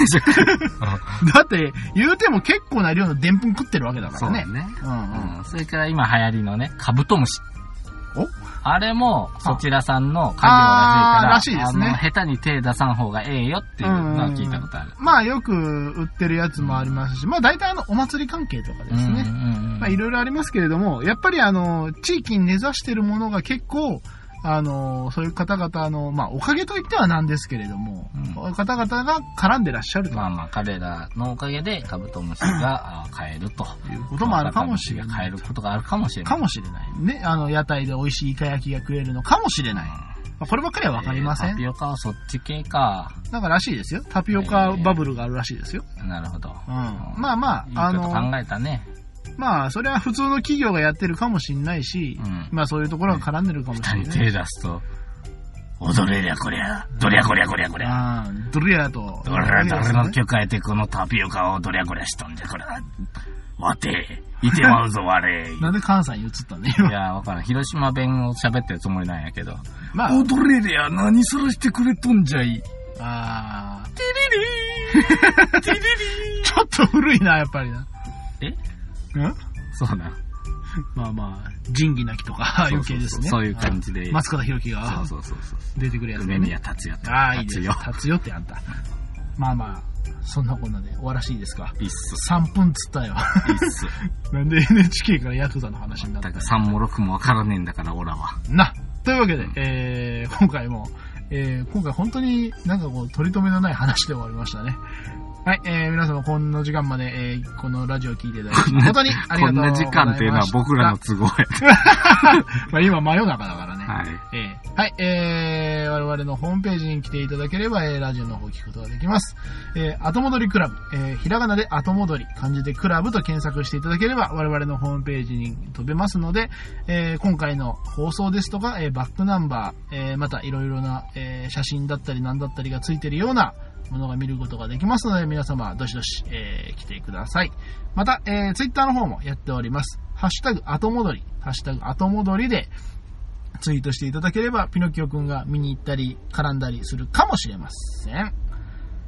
[SPEAKER 2] だって、言うても結構な量のでんぷん食ってるわけだか
[SPEAKER 1] そ
[SPEAKER 2] ら
[SPEAKER 1] うだ
[SPEAKER 2] ね。
[SPEAKER 1] ね。
[SPEAKER 2] うんうん。
[SPEAKER 1] うんそれから今流行りのね、カブトムシ。
[SPEAKER 2] お
[SPEAKER 1] あれも、そちらさんの家業
[SPEAKER 2] あー
[SPEAKER 1] ら
[SPEAKER 2] ら
[SPEAKER 1] し
[SPEAKER 2] し
[SPEAKER 1] い
[SPEAKER 2] い
[SPEAKER 1] か
[SPEAKER 2] で
[SPEAKER 1] ら、
[SPEAKER 2] すね
[SPEAKER 1] あの、下手に手出さん方がええよっていうのは聞いたことある。
[SPEAKER 2] まあ、よく売ってるやつもありますし、まあ、大体あの、お祭り関係とかですね。
[SPEAKER 1] うんうんうん
[SPEAKER 2] まあ、いろいろありますけれども、やっぱりあの、地域に根ざしてるものが結構、あの、そういう方々の、まあ、おかげといってはなんですけれども、
[SPEAKER 1] う
[SPEAKER 2] 方々が絡んでらっしゃると
[SPEAKER 1] まあまあ、彼らのおかげでカブトムシ があ買えると。
[SPEAKER 2] いうこともあるかもしれ
[SPEAKER 1] カブトムシが
[SPEAKER 2] な
[SPEAKER 1] 買え
[SPEAKER 2] い
[SPEAKER 1] る。ことがあるかもしれない。
[SPEAKER 2] かもしれない。ね、あの、屋台で美味しいイカ焼きが食えるのかもしれない。まあこればっかりはわかりませ
[SPEAKER 1] えー
[SPEAKER 2] ん
[SPEAKER 1] タ。ピオカはそっち系か。
[SPEAKER 2] なんからしいですよ。タピオカバブルがあるらしいですよ。
[SPEAKER 1] なるほど。
[SPEAKER 2] うん。まあまあ、あ
[SPEAKER 1] いいこと
[SPEAKER 2] の、
[SPEAKER 1] 考えたね。
[SPEAKER 2] まあ、それは普通の企業がやってるかもしれないし、
[SPEAKER 1] うん
[SPEAKER 2] まあそういうところが絡んでるかもし
[SPEAKER 1] 下
[SPEAKER 2] れ
[SPEAKER 1] に
[SPEAKER 2] ない。
[SPEAKER 1] 手出すと、踊れりゃこりゃ、どりゃこりゃこりゃこりゃ。
[SPEAKER 2] ああ、ドルヤと。
[SPEAKER 1] どらどらの
[SPEAKER 2] ね
[SPEAKER 1] 許可得てこのタピオカをどりゃこりゃしとんじゃこら。わて、いてまうぞわれ。い
[SPEAKER 2] なんで関西に移ったんだ今。
[SPEAKER 1] や、わからん。広島弁を喋ってるつもりなんやけど。
[SPEAKER 2] まあ、
[SPEAKER 1] 踊れりゃ何さらしてくれとんじゃい。
[SPEAKER 2] ああ、
[SPEAKER 1] てりりー。てりり
[SPEAKER 2] ちょっと古いな、やっぱりな。
[SPEAKER 1] ー。え
[SPEAKER 2] うん
[SPEAKER 1] そうなん。
[SPEAKER 2] まあまあ、仁義なきとか、余計ですね。
[SPEAKER 1] そうそうそうそういう感じで
[SPEAKER 2] はい松方弘樹
[SPEAKER 1] そ
[SPEAKER 2] が
[SPEAKER 1] うそうそうそう。
[SPEAKER 2] 出てくるやつ
[SPEAKER 1] 梅
[SPEAKER 2] ね。
[SPEAKER 1] 宮達也と
[SPEAKER 2] ああ、いいで
[SPEAKER 1] 達
[SPEAKER 2] す。立
[SPEAKER 1] 也。
[SPEAKER 2] つよってあんた。まあまあ、そんなこんなで終わらしいですか。
[SPEAKER 1] いっす。
[SPEAKER 2] 3分つったよ。
[SPEAKER 1] いいっす。
[SPEAKER 2] なんで NHK からヤクザの話になった
[SPEAKER 1] だ
[SPEAKER 2] ん
[SPEAKER 1] か
[SPEAKER 2] だ
[SPEAKER 1] ら3も6もわからねえんだから、オラは。
[SPEAKER 2] な。というわけで、えー、今回も、えー、今回本当になんかこう、取り留めのない話で終わりましたね。はい、えー、皆様こんな時間まで、えー、このラジオを聞いていただき、本当にあり
[SPEAKER 1] こと
[SPEAKER 2] がうんござい
[SPEAKER 1] な
[SPEAKER 2] まし
[SPEAKER 1] 時
[SPEAKER 2] た。
[SPEAKER 1] 間っていうのは僕らの。都合や。
[SPEAKER 2] まあ今真夜中だからね。
[SPEAKER 1] はい。
[SPEAKER 2] えーはい、えー、我々のホームページに来ていただければ、えー、ラジオの方を聞くことができます。えー、後戻りクラブ、えー、ひらがなで後戻り、漢字でクラブと検索していただければ、我々のホームページに飛べますので、えー、今回の放送ですとか、えー、バックナンバー、えー、またいろいろな、えー、写真だったり何だったりがついているようなものが見ることができますので、皆様、どしどし、えー、来てください。また、えー、ツイッターの方もやっております。ハッシュタグ後戻り、ハッシュタグ後戻りで、ツイートしていただければ、ピノキオくんが見に行ったり、絡んだりするかもしれません。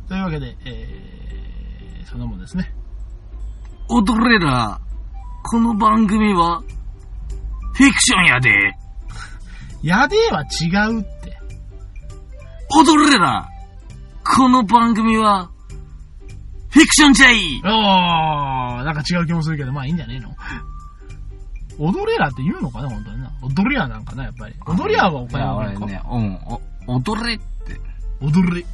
[SPEAKER 2] というわけで、えー、そんなもんですね。
[SPEAKER 1] 踊れら、この番組は、フィクションやで。
[SPEAKER 2] やでーは違うって。
[SPEAKER 1] 踊れら、この番組は、フィクションじゃい
[SPEAKER 2] おー、なんか違う気もするけど、まあいいんじゃねえの踊れらって言うのかな、本当にな。踊りゃなんかな、やっぱり。踊りゃはお
[SPEAKER 1] い
[SPEAKER 2] 金
[SPEAKER 1] や、
[SPEAKER 2] もら
[SPEAKER 1] 俺
[SPEAKER 2] えるか。
[SPEAKER 1] ね、うん、お、踊れって、
[SPEAKER 2] 踊り。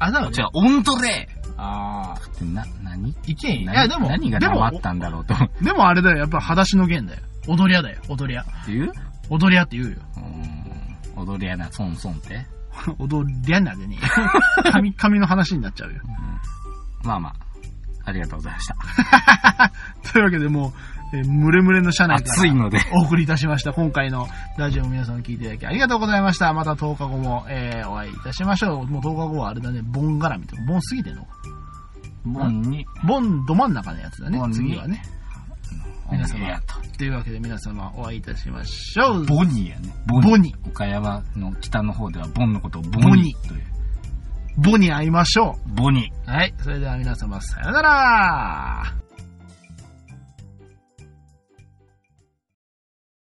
[SPEAKER 2] あ、だ
[SPEAKER 1] 違
[SPEAKER 2] から、
[SPEAKER 1] う、オンドレ
[SPEAKER 2] あ
[SPEAKER 1] ってな、何い
[SPEAKER 2] ー。いけんよ。いや、でも、
[SPEAKER 1] 何が
[SPEAKER 2] で
[SPEAKER 1] 黙
[SPEAKER 2] も
[SPEAKER 1] っ、たんだろうと思っ
[SPEAKER 2] でもあれだよ、やっぱ裸足の弦だよ。踊りゃだよ、踊りゃ。
[SPEAKER 1] ていう
[SPEAKER 2] 踊りゃって言うよ。
[SPEAKER 1] うん、踊りやな、ソンソンって。
[SPEAKER 2] 踊りゃなでね。髪、髪の話になっちゃうよ。
[SPEAKER 1] まあまあ、ありがとうございました。
[SPEAKER 2] というわけでもう、えームレムレの車内から。
[SPEAKER 1] 暑いので。
[SPEAKER 2] お送りいたしました。今回のラジオを皆さん聞いていただきありがとうございました。また10日後も、えーお会いいたしましょう。もう10日後はあれだね、盆絡みとか、盆過ぎてんのか
[SPEAKER 1] ボンに、
[SPEAKER 2] 盆ど真ん中のやつだね
[SPEAKER 1] 盆、に
[SPEAKER 2] 次はね。皆様
[SPEAKER 1] オンエアと。
[SPEAKER 2] というわけで皆様お会いいたしましょう。
[SPEAKER 1] ボニーやね。ボ
[SPEAKER 2] ボニ
[SPEAKER 1] 岡山の北の方ではボンのことをボ
[SPEAKER 2] ボ
[SPEAKER 1] ニ
[SPEAKER 2] ニ
[SPEAKER 1] ーという。
[SPEAKER 2] ボに会いましょ
[SPEAKER 1] ボニー。
[SPEAKER 2] う。はい。それでは皆様さようなら。